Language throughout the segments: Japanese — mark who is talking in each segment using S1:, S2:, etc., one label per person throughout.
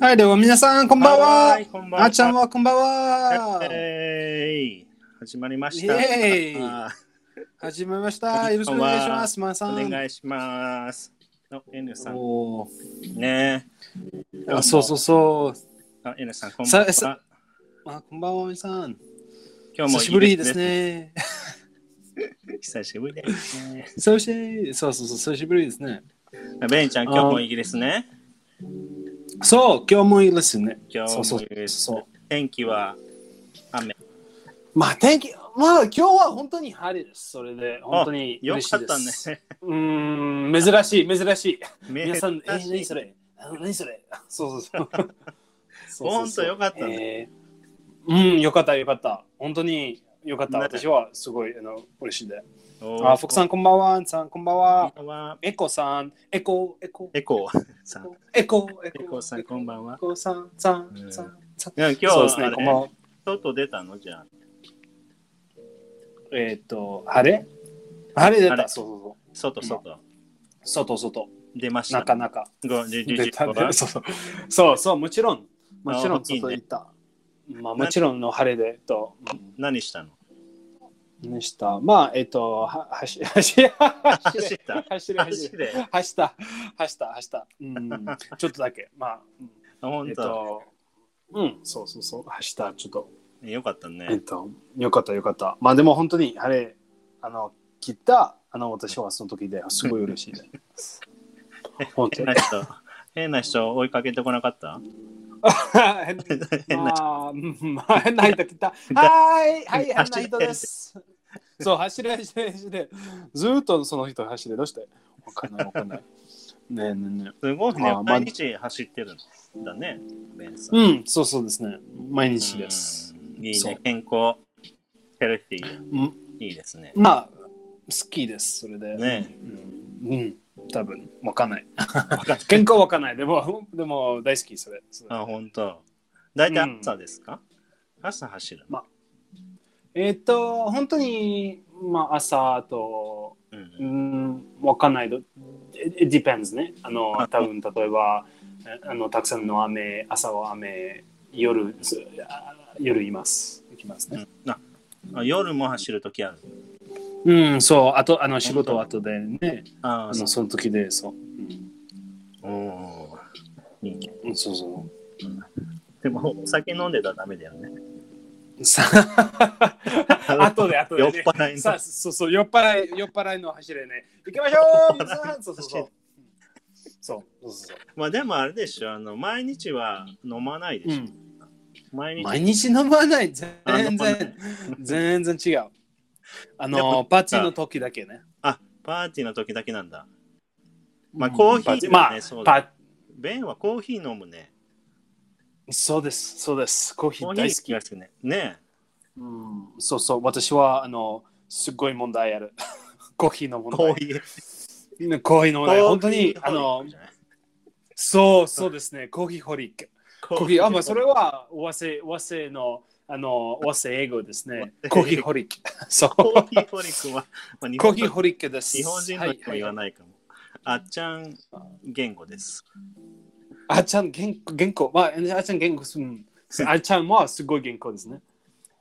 S1: はい、では皆さん、こんばんは。
S2: い、こんばんは。
S1: あーちゃんはこんばんは。
S2: えー始まりました。
S1: イエーイ
S2: あ
S1: 始めました。よろしくお願いします。まあさん。
S2: ーお願いします。の N さん
S1: お
S2: ね。。
S1: ーあそうそううそう。
S2: あ N さん、こんばん
S1: さ
S2: は
S1: さ。あこんばんは、皆さん。
S2: 今日も
S1: 久しぶりです。ね。
S2: 久しぶりですね。
S1: 久しぶり。そうそうそう、久しぶりですね。
S2: あベンちゃん、今日もイギリスね。
S1: そう、今日もいいですね。
S2: 今日
S1: そうそ
S2: も
S1: う
S2: イギリス
S1: そう。
S2: 天気は雨。
S1: まあ、天気、まあ、今日は本当に晴れです。それで、本当に
S2: よ
S1: 嬉し
S2: か
S1: い
S2: っ
S1: で
S2: たね
S1: す。。うーん、珍しい、珍しい。皆さん、え、
S2: 珍しい
S1: 何それあ何それそうそうそう。
S2: ほんとよかったね
S1: ね。うん、よかった、よかった。本当によかった。
S2: ね
S1: 私はすごい、あの、嬉しいで。
S2: おー
S1: あ、福さん、こんばんは。アンさん、こんばんは。
S2: こんばんは。
S1: エコさん、エコ、エコ、
S2: エコーさん。
S1: エコ、エ
S2: エコーさん、こんばんは
S1: エ。コさん、さん
S2: う、ん
S1: さん、さん。
S2: いや今日
S1: そう
S2: は
S1: です
S2: あ
S1: ね、
S2: れ
S1: こんばんは。
S2: 外出たのじゃあ。
S1: えっと、晴れ晴れ出
S2: 晴
S1: た。
S2: れ
S1: そうそうそう。
S2: 外、外。
S1: 外、外、
S2: 出ました。
S1: 中、中。
S2: ごじじ
S1: 出
S2: じ
S1: た
S2: ごら
S1: ね、そうそうそうそうもちろんもちろ
S2: あ
S1: ん
S2: いいね
S1: 外行った、まあもちろんの晴れでと、
S2: 何したの
S1: うん、でしたまあえっとは走 り走り
S2: 走
S1: 走り
S2: った
S1: 走り
S2: 走
S1: 走り
S2: れ。
S1: 走った走った走った、うん、ちょっとだけまあうんえ
S2: 本
S1: っ
S2: 当、
S1: とうんそうそうそう走ったちょっと
S2: よかった
S1: えっ
S2: ね。
S1: とよかったよかったまあでも本当に晴れあの切ったあの私はその時ですごい嬉しいです 本当
S2: 変
S1: に
S2: な人、変な人追いかけてこなかった 変な
S1: まあ、うんまあ、変な人来 た。はい、はい、変な人です。 そう、走れ、走れ、走れ。ずーっとその人走れ、どうしてわかんない、わかんない。ねえねえねえ。
S2: すごいね
S1: あ。まあ
S2: 毎日走ってるんだね。ベンさん。
S1: うん、そうそうですね。毎日です。
S2: うん。いい
S1: そう
S2: ね。健康、ヘルシー、
S1: うん、
S2: いいですね。
S1: まあ、好きです、それで。
S2: ね
S1: うん、うん、多分わかん ない。
S2: わかった
S1: 健康わかんない。でも、でも大好き、それ。それ
S2: あ、本当。大体朝ですか朝走るの。
S1: えーっと、本当に、まあ、朝と、
S2: う
S1: うんん、わかんないど。It it depends ね。あの
S2: あ、
S1: 多分例えば、えあの、たくさんの雨、朝は雨、夜、すあ夜います。行きます
S2: う
S1: ね。
S2: ん。ああ夜も走るときある。
S1: うん、そう、あと、あの、仕事は後でね、
S2: あ
S1: あ
S2: あ、そ
S1: の、その時で、そう。
S2: う。おーいいね。
S1: うん、そうそ
S2: でも、お酒飲んでたらダメだよね。
S1: う。さ後で、後で、
S2: 酔っ
S1: ね。
S2: 払いの
S1: さそうそう、酔っ払い、酔っ払いの走れね。行きましょ うさそうそうそう。そう、そうそう
S2: まあでもあれでしょ、あの毎日は飲まないで
S1: そう。
S2: しょ。毎日
S1: 毎日飲まない、全
S2: あ飲まない
S1: 然。全然違う。あ
S2: やっ
S1: の、パーティーの時だけね。
S2: あ、パーティーの時だけなんだ。まあ
S1: うん
S2: コーヒー
S1: パティ
S2: だね
S1: まあ、
S2: そうだ
S1: パ
S2: ベンはコーヒー飲むね。
S1: そうです、そうです。コーヒ
S2: コー
S1: ー
S2: ヒ
S1: 大
S2: ー
S1: 好き。
S2: 好きね。ね
S1: うん、そうそう、私は、あの、すっごい問題ある。 コーヒーの問
S2: コー
S1: 題。
S2: ヒー。
S1: ねコーヒーの問題。本当に
S2: コ、ーヒー
S1: あの
S2: コーヒーじ、ゃない
S1: そうそうですね、コーヒーホリック。
S2: コ
S1: コーヒー、あ、まあ、それは、和製、和製の、あの、和製英語ですね。コーヒーホリック。 そう。
S2: コー
S1: コ
S2: ヒーホリックは、まあ、日
S1: ー
S2: 本
S1: ヒーホリックです。
S2: 日本人の人は言わ
S1: い。
S2: ないかも。あっちゃん言語です。
S1: あーちゃん、原稿、原稿、まあ、あーちゃん、原稿、うん。あーちゃんはすごい原稿ですね。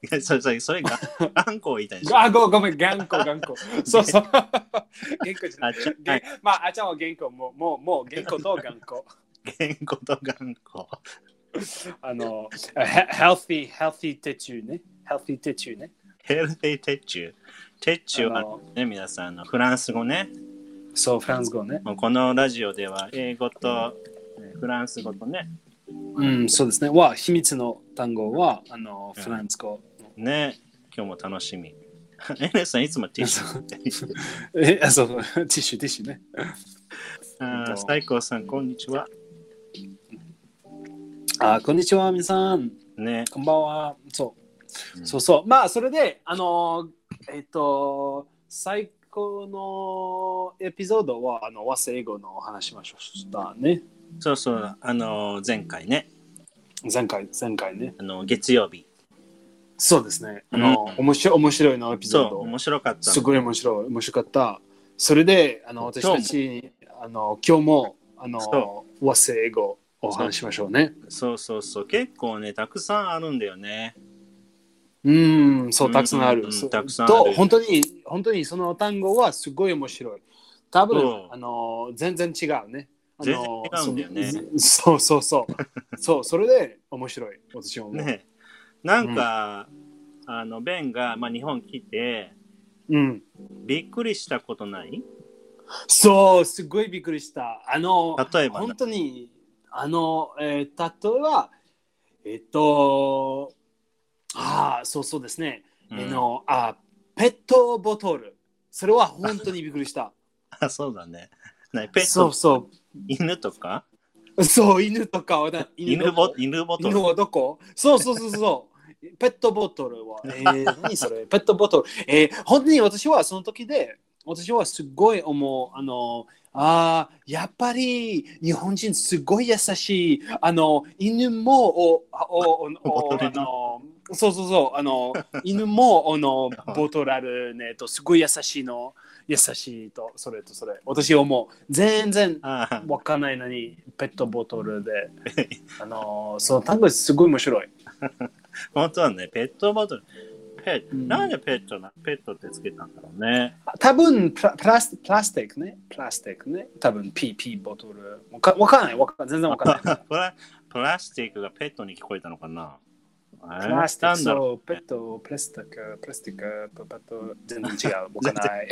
S2: いやそれそれそ れが、頑固を言いたいでしょ。
S1: あ、ごごめん、頑固、頑固。そうそう。頑固じゃ な
S2: あっ
S1: い。
S2: ちゃん
S1: げんまあ、あちゃんは頑固、もう、もう、もう、頑固と頑固。
S2: 言語と頑固。
S1: あの、healthy、healthy 手中ね。healthy 手中ね。
S2: ヘルティテッチュー。テッチューはね、皆さんあの、フランス語ね。
S1: そう、フランス語ね。
S2: もうこのラジオでは英語とえーフランス語とね、
S1: うん、そうですね。は、秘密の単語は、あの、フランス語。
S2: ね、今日も楽しみ。 エレさんいつもティッシュ。
S1: え、あそう、ティッシュ、ティッシュね。
S2: あー最高さん、こんにちは。
S1: あ、こんにちは、皆さん。
S2: ね、
S1: こんばんは。そう、
S2: うん
S1: そうそう。まあ、それで、あのー、えっ、と、最高のエピソードは、あの、和製英語のお話しましょしたね。
S2: そうそう、あのー、前回ね、
S1: 前回、前回ね。
S2: あのー月曜日。
S1: そうですね。あの、面白い、面白いのエピ
S2: そ
S1: ソー
S2: う、
S1: ド。
S2: 面白かった
S1: す
S2: の。
S1: ごい面白い、面白かった。それで、あの、私
S2: 今日も
S1: たち、あの、今日も、あ
S2: そ
S1: の、和製英語お話ししましょうね。
S2: そうそうそう。結構ね、たくさんあるんだよね。
S1: うん、そう、たくさんあ
S2: うんう
S1: る。
S2: ん
S1: そう
S2: たくさんある
S1: と、本当に、本当にその単語はすごい面白い。多
S2: うん
S1: 分、あの、全然違うね。あの
S2: 全然違うんだよね
S1: そそうそう そう。そう、それで面白い。私も思う。
S2: ね。なんか、あの、ベンが、まあ、日本来て、
S1: うん。
S2: びっくりしたことない
S1: そう、すごいびっくりした。あの、
S2: 例えば
S1: 本当に、あの、えー例えば、えっと、ああ、そうそうですね。
S2: う
S1: え
S2: ん
S1: のあペットボトル。それは本当にびっくりした。
S2: あそうだね。ね ペッ
S1: そ
S2: ト
S1: う、そ
S2: 犬とか
S1: う。そう、犬とかはな
S2: 犬
S1: どこ
S2: ボ犬ボト
S1: 犬
S2: ル。
S1: はどこそうそうそう そう。ペットボトルは。えー、 何それペットボトル。えー、本当に私はその時で、私はすごい思う。あの、あーやっぱり日本人すごい優しい。あの、犬も、お、あお、お、おあの、そうそうそう。あの、犬も、あ の、ボトルあるねと、すごい優しいの。優しいと、それとそれ。私はもう、全然
S2: ああ
S1: わかんないのにペットボトルであのーその単語すごい面白い
S2: 本当はね、ペットボトル。ペッ
S1: う
S2: ト、
S1: ん
S2: なんでペットな、ペットってつけたんだろうね。
S1: 多分プラプラスプラスティックねプラスティックね多分 PP ボトルわかわかんないわかん全然わかん ない
S2: プラプラスチックがペットに聞こえたのかな
S1: プラスティック
S2: なんだろ
S1: そうペットプラスティックプラスティックペット全然違うわかんない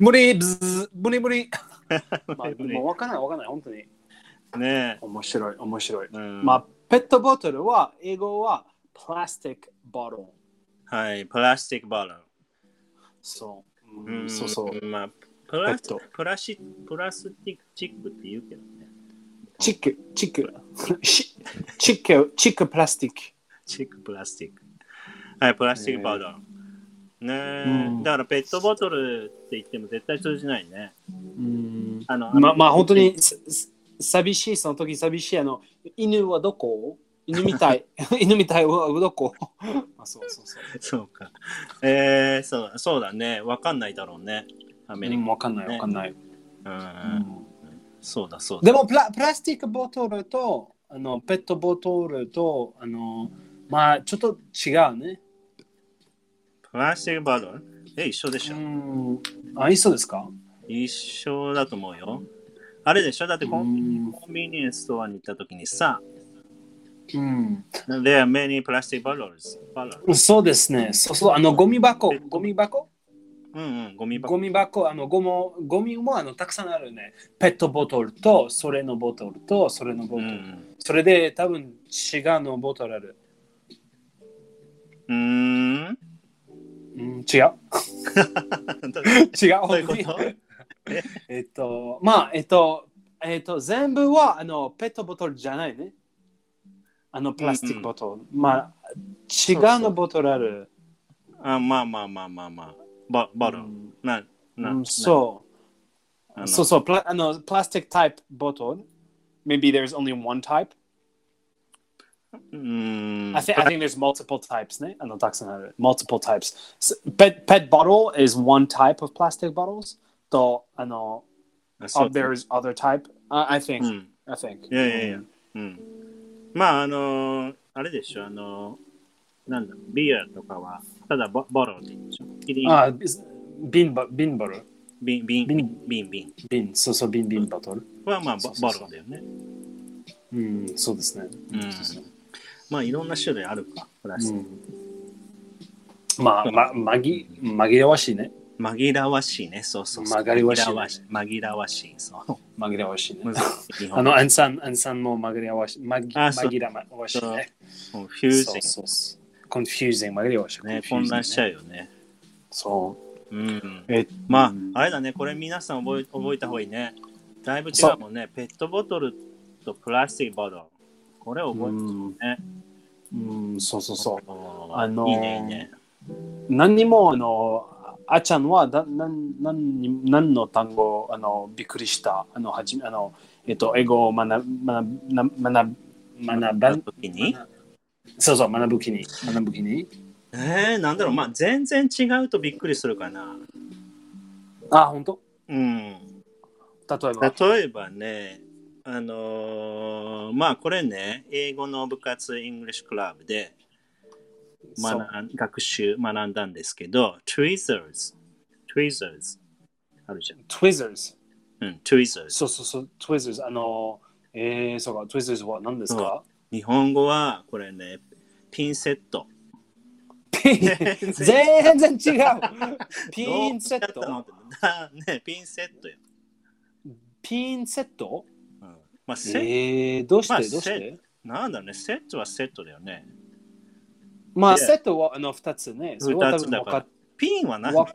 S1: 無理ブズ無理無理、まあ、もうわかんないわかんない本当に
S2: う ね
S1: 面白い面白い、
S2: え、うん
S1: まあペットボトルは英語はプラスティックボトル
S2: はい、プラスチックボトル。
S1: そう、
S2: うん、
S1: そうそう
S2: まあ、プラス
S1: ペッ
S2: プラシプラスチックって言うけどね。
S1: チック、チック、しチック、チックプラスティック。
S2: チックプラスチック。はい、プラスチックパウダー。ねえ、
S1: うん
S2: だからペットボトルって言っても絶対通じないね。
S1: うん
S2: あの、
S1: ままあ、本当にすす寂しい、その時寂しい。あの、犬はどこ犬みたい。犬みたいはどこあそうそうそう。
S2: そうか。えー、そうそうだね。わかんないだろうね。アメリ
S1: うんわかんない、
S2: ね
S1: わかんない。
S2: カ。うん。
S1: うん
S2: そうだそう
S1: で
S2: だ。
S1: もプラ、プラスティックボトルと、あの、ペットボトルと、あの、まあ、ちょっと違うね。
S2: プラスチックバトルえ、一緒でし
S1: う
S2: ょ、
S1: ん。あ、いいそうですか
S2: 一緒だと思うよ。あれでしょだってコン,、
S1: うん
S2: コンビニエンスストアに行った時にさ、
S1: うん。
S2: There are many plastic bottles. bottles.
S1: そうですね。そうそう。あの、ゴミ箱、ゴミ箱
S2: うんうん、ゴミ箱。
S1: ゴミ箱、あのゴもゴミもあのたくさんあるね。ペットボトルと、それのボトルと、それのボ
S2: う
S1: トル。
S2: ん
S1: それで多分違うのボトルある。
S2: うん。 う
S1: うん、違う。
S2: ーん。ど
S1: 違う。
S2: ういうこと
S1: えっと、まあ、えっと、えっと、全部はあのペットボトルじゃないね。あのプラスチックボトル。まあ、違うのボトルある。
S2: あまあまあまあまあまあ。ババル。
S1: うん
S2: な、な、
S1: うんそう。
S2: な
S1: そうそう、プラあのプラスチックタイプボトル。Maybe there's only one type.
S2: う。うん。
S1: I think I think there's multiple types. Ne? No, that's another multiple types. S pet pet bottle is one type of plastic bottles. Though I know
S2: あそう
S1: oh, there's other type. Uh, I think.
S2: うん。
S1: I think.
S2: いやいやいや。うん。まあ、あのーあれでしょ、あのーなんだ、ビアとかは、ただボボロって言うでしょ。キリン
S1: Ah, is- bin bo- bin bottle.
S2: 瓶、瓶、
S1: ビ
S2: 瓶
S1: ン、
S2: 瓶、瓶
S1: Bin. So so bin bin bottle.
S2: は、まあ、ボ
S1: そうそ
S2: ボ
S1: うそう
S2: ロだよね。
S1: Hmm. So this Hmm.
S2: うん。まあ、いろんな種類あるか、プラス。
S1: ね。まあ、ま、まぎ、紛らわしいね。紛らわしいね。
S2: 紛らわしいね、そうそうそう。
S1: 紛らわしい
S2: 紛らわしい。紛らわしい、そう。 難しい。日
S1: あ
S2: 本
S1: の、アンさん、アンさんも紛れ合わし、まぎ、
S2: あそう
S1: 紛らわしいね。
S2: もうフュージン
S1: うそう。コンフュージング、紛れ合わしい。
S2: グね、混乱しち
S1: う。
S2: ゃうよね。
S1: そう。
S2: うん。
S1: え、
S2: ま
S1: うん
S2: あ、あれだね、これ皆さん覚え覚えた方がいいね。だいぶ違うもんね。ペットボトルとプラスチックボトル。これ覚え
S1: うん
S2: ね
S1: うん、そうそうそう。
S2: あ
S1: あのー
S2: いいね、いいね。
S1: 何にもあの、あちゃんはだなんなんに何の単語あのびっくりしたあのはじめあのえっと英語を学ぶ学ぶな学ぶ学ばん
S2: 時に
S1: そうそう学ぶ気に学ぶ気に
S2: えー、なんだろう、まあ、全然違うとびっくりするかな。
S1: あ本当
S2: うん。
S1: 例えば
S2: 例えばね、あのーまあこれね、英語の部活、イングリッシュクラブで学ん学習、学んだんですけど、tweezers、tweezers、あるじゃん。
S1: Twizzlers。
S2: うん、tweezers。
S1: そうそうそう、Twizzlers。あの、えー、そうか、Twizzlers は何ですか
S2: 日本語はこれね、ピンセット。
S1: 全然 違うピンセッ
S2: どうや
S1: ト
S2: ったの ってだね、ピンセットよ。
S1: ピンセット
S2: うん、まあ、セット、
S1: えー、どうし
S2: まあ
S1: てどうし
S2: セ
S1: て
S2: ッなんだろうね、セットはセットだよね。
S1: まあ、
S2: いや
S1: セットはあの2つね。それは多
S2: 二つ
S1: 分
S2: だ
S1: 分
S2: か
S1: からっ
S2: ピンは何
S1: わか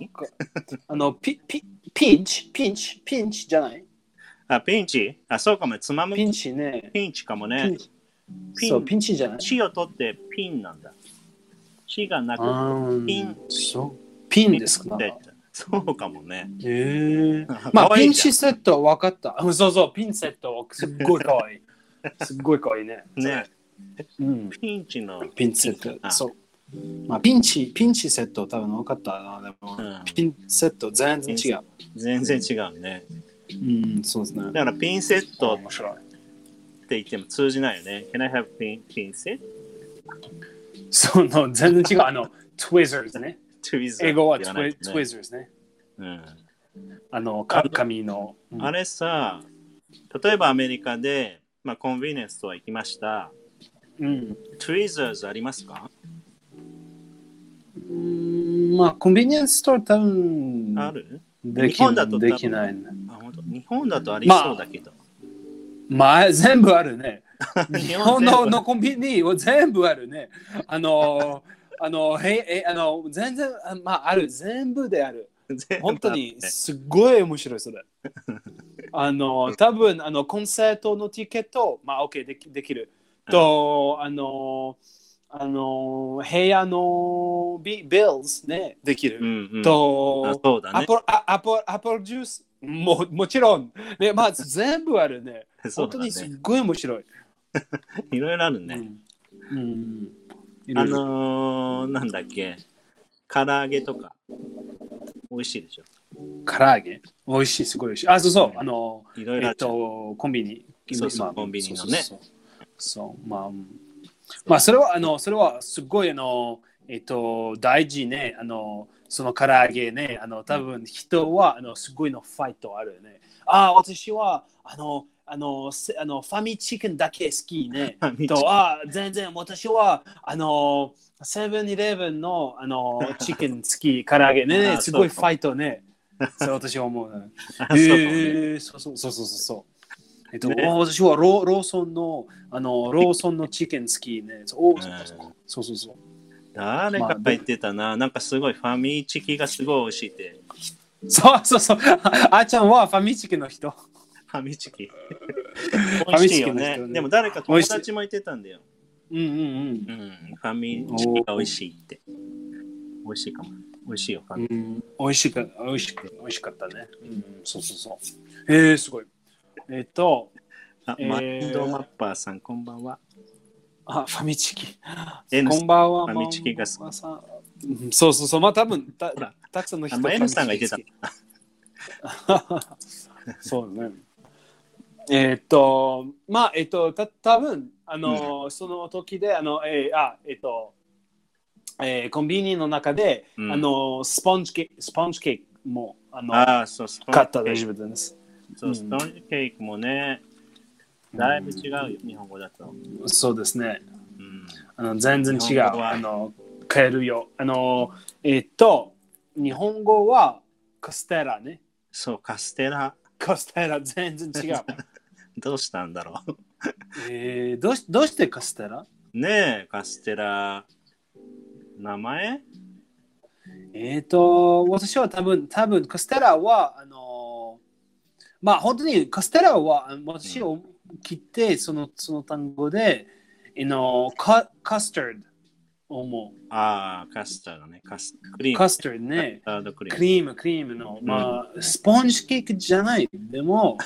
S1: あのピピピンチ、ピンチ、ピンチじゃない
S2: あ、ピンチあ、そうかも、つまむ
S1: ピンチね。
S2: ピンチかも
S1: ピ
S2: ね
S1: ン。チ。そう、ピンチじゃない
S2: チを取ってピンなんだ。チがな
S1: あ
S2: く
S1: ー
S2: ピン
S1: そう。ピンですか
S2: て。そうかもね。
S1: えー、ま
S2: 可
S1: あ、
S2: 愛
S1: ピ
S2: い
S1: ン
S2: じゃん
S1: チセット分かった。うんそうそう、ピンセット、すっごいか わいい。すっごいかわいいね。
S2: ね、
S1: うん、
S2: ピンチの。
S1: ピンセット。
S2: あ
S1: そう。まあ、ピンチ、ピンチセット多分分かったな。でも、
S2: うん
S1: ピンセット全然違う。
S2: 全然違うね。
S1: うん、そうですね。
S2: だからピンセットっ
S1: 面白い。
S2: て言っても通じないよね。Can I have pin, pin set?
S1: その、全然違う。あ の、トゥイザーですね。
S2: Tweezer
S1: 英語は
S2: っ
S1: ト
S2: て言わな
S1: ゥイ
S2: い
S1: ザ
S2: と
S1: ー
S2: ね
S1: ですね。
S2: うん
S1: あの、か紙の。
S2: あれさ、例えばアメリカで、まあ、コンビニエンスストア行きました。
S1: うん。
S2: Tweezers ありますか
S1: うんまあ、コンビニエンスストア多分
S2: ある
S1: で
S2: 日
S1: き
S2: 本だと多分
S1: できないね。
S2: あ本当日本だとありそうだけど。
S1: まあ、全部あるね。
S2: 日
S1: 日本の
S2: 全部
S1: のコンビニは全部あるね。あの、あの、へえ、あの、全然、あまあ、ある、全部である。
S2: 全部あっ
S1: 本
S2: て
S1: 当に、すっごい面白い、そ れ。あの、多分あの、コンサートのチケット、まあ、OK、できできる。と、あの、あの、部屋のビビルズね、でき
S2: う
S1: る。
S2: んうん、あ
S1: と、
S2: そうだ
S1: ア
S2: ね。
S1: ポあアポアポジュースももちろん、ねまあ、全部あるね。
S2: そ
S1: 本
S2: うだ
S1: 当
S2: ね
S1: にすっごい面白い。
S2: いろいろある
S1: う
S2: ね。
S1: んうんいろ
S2: あ
S1: いろ
S2: のー、なんだっけ、唐揚げとか、美味しいでしょ。
S1: 唐揚げ、美味しい、すごい美味しい。あ、そうそう、あの、
S2: いろいろ
S1: えっ
S2: あるじゃん。
S1: と、コンビニ。
S2: そうそう
S1: 今
S2: コンビニのね
S1: そうそうそうそうまあ、うんまあ、それは、あの、それはすごい、あの、えっと、大事ね、あの、その唐揚げね、あの、多分人は、あの、すごいのファイトあるね。あ、私は、あの、あの、せあのファミチキンだけ好きね。
S2: ファミチキン
S1: とあ全然私はあのセブンイレブンのあ のチキン付き唐揚げ
S2: あ
S1: ね
S2: ー
S1: すごい
S2: そう
S1: フ
S2: か
S1: ァイトね。そう私は思うね。
S2: あ
S1: え
S2: そうか
S1: ーそうそ
S2: もね
S1: うそうそうそうそう。えっと、
S2: ね
S1: 私はロローソンのあのローソンのチキン好きね。そう
S2: うん
S1: そうそうそうそ
S2: 誰かが言ってたな、なんかすごいファミチキがすごい美味しいって。
S1: うそうそうそう。ああーちゃんはファミチキの人。
S2: ファミチキ。美
S1: ァ
S2: 味
S1: ミ
S2: しい
S1: チ
S2: よ
S1: キの人ね
S2: ね。でも誰か友達も言ってたんだよ。
S1: うんうんうん。
S2: うん、ファミチキが美味しいって。美味しいかも。美味しいよ、ファ
S1: う
S2: ミチ
S1: ん、美味しく、美味しく、美味しかったね。うん、そうそうそう。えー、すごい。えっと、
S2: キ。あ、
S1: えー
S2: マインドマッパーさん、こんばんは。
S1: あ、ファミチキ。
S2: N
S1: こんばんは。
S2: ファミチキが
S1: まあさんうんそうそうそう。まあ多分た
S2: ほら
S1: たくさんの人
S2: あまあ N さんが言って
S1: た。そうね。えーっと、まあ、えーっと、た多分あの、その時で、あの、えーあ、えーっと、えーコンビニの中で、
S2: うん
S1: あの、スポンジケーキ、スポンジケーキも、あの、
S2: ああ、そう、スポンジ
S1: 買ったら大丈夫です。
S2: そう、ストーンケーキもね、だいぶ違うよ、日本語だと。
S1: そうですね。
S2: うん、
S1: あの全然違
S2: 日
S1: う
S2: 本語は
S1: あの変えるよあのえっと日本語はカステラね
S2: そう、カステラ、
S1: カステラ全然 違う、
S2: どうしたんだろう。
S1: えー、どうしどうしてカステラ
S2: ねえ、カステラ、名前
S1: えっ、と私は多分多分カステラはあのまあ本当にカステラはあの私を切ってそのその単語で、あのカカスタード思
S2: ああ、カスタードね、カスクリ
S1: う
S2: ーム。
S1: カ
S2: カス
S1: スタードね
S2: タードクリー
S1: ク
S2: ム。
S1: リーム、クリームの、まあ、スポンジケーキじゃない。で も、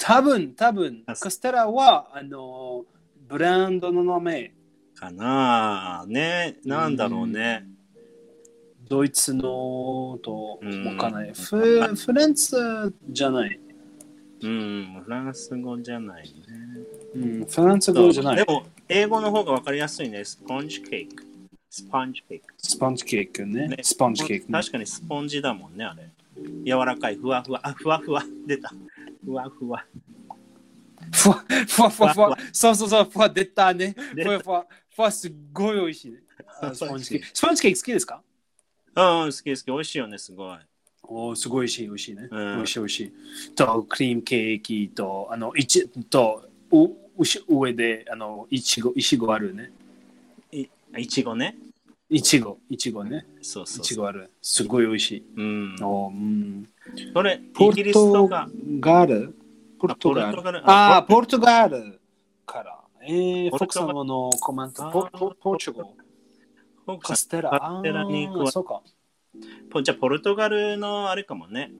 S1: 多分、多分、カステラは、あの、ブランドの名前、
S2: かなあねえ、なんだろうね。
S1: ドイツのと、わかんない。
S2: うん
S1: フフレンツじゃない。
S2: うん、フランス語じゃないね。
S1: うん、フランス語じゃない
S2: で。も、英語の方がわかりやすいね。スポンジケーク。スポンジケーク。
S1: スポンジケーキね。
S2: ね
S1: スポンジケーキね。
S2: 確かにスポンジだもんね、あれ。柔らかい、ふわふわ。あ、ふわふわ。出た。ふわふわ。
S1: ふわふわふわふ
S2: ふわ
S1: わ。そうそうそう、ふわ出たね。
S2: 出
S1: ふ
S2: た
S1: わふわ。ふわすっごい美味しいね。あ スポンジケーキ。スポンジケーキ好きですか
S2: うん、好き好き。美味しいよね、すごい。
S1: おーすごい美味しい、美味しいね。美
S2: うん
S1: 味しい、美味しい。と、クリームケーキと、あの、いち、と、う、うし上で、あの、いちご、いちごあるね。
S2: いいちごね。
S1: いちご、いちごね。
S2: そう
S1: い
S2: そう
S1: ち
S2: そう。
S1: ごある。すごい美味しい。
S2: うん、
S1: おーうん。
S2: それ、イギリスとか。
S1: ガルポ
S2: ルトガルポルトガル
S1: ああ、ポルトガルから。えー、フォ
S2: ポル
S1: ック
S2: トガル
S1: 様のコメント。ポポポルチュガル。
S2: 僕
S1: カステラ。
S2: カステラに行くわ
S1: あーそうか。
S2: ポじゃあポルトガルのあれかもね。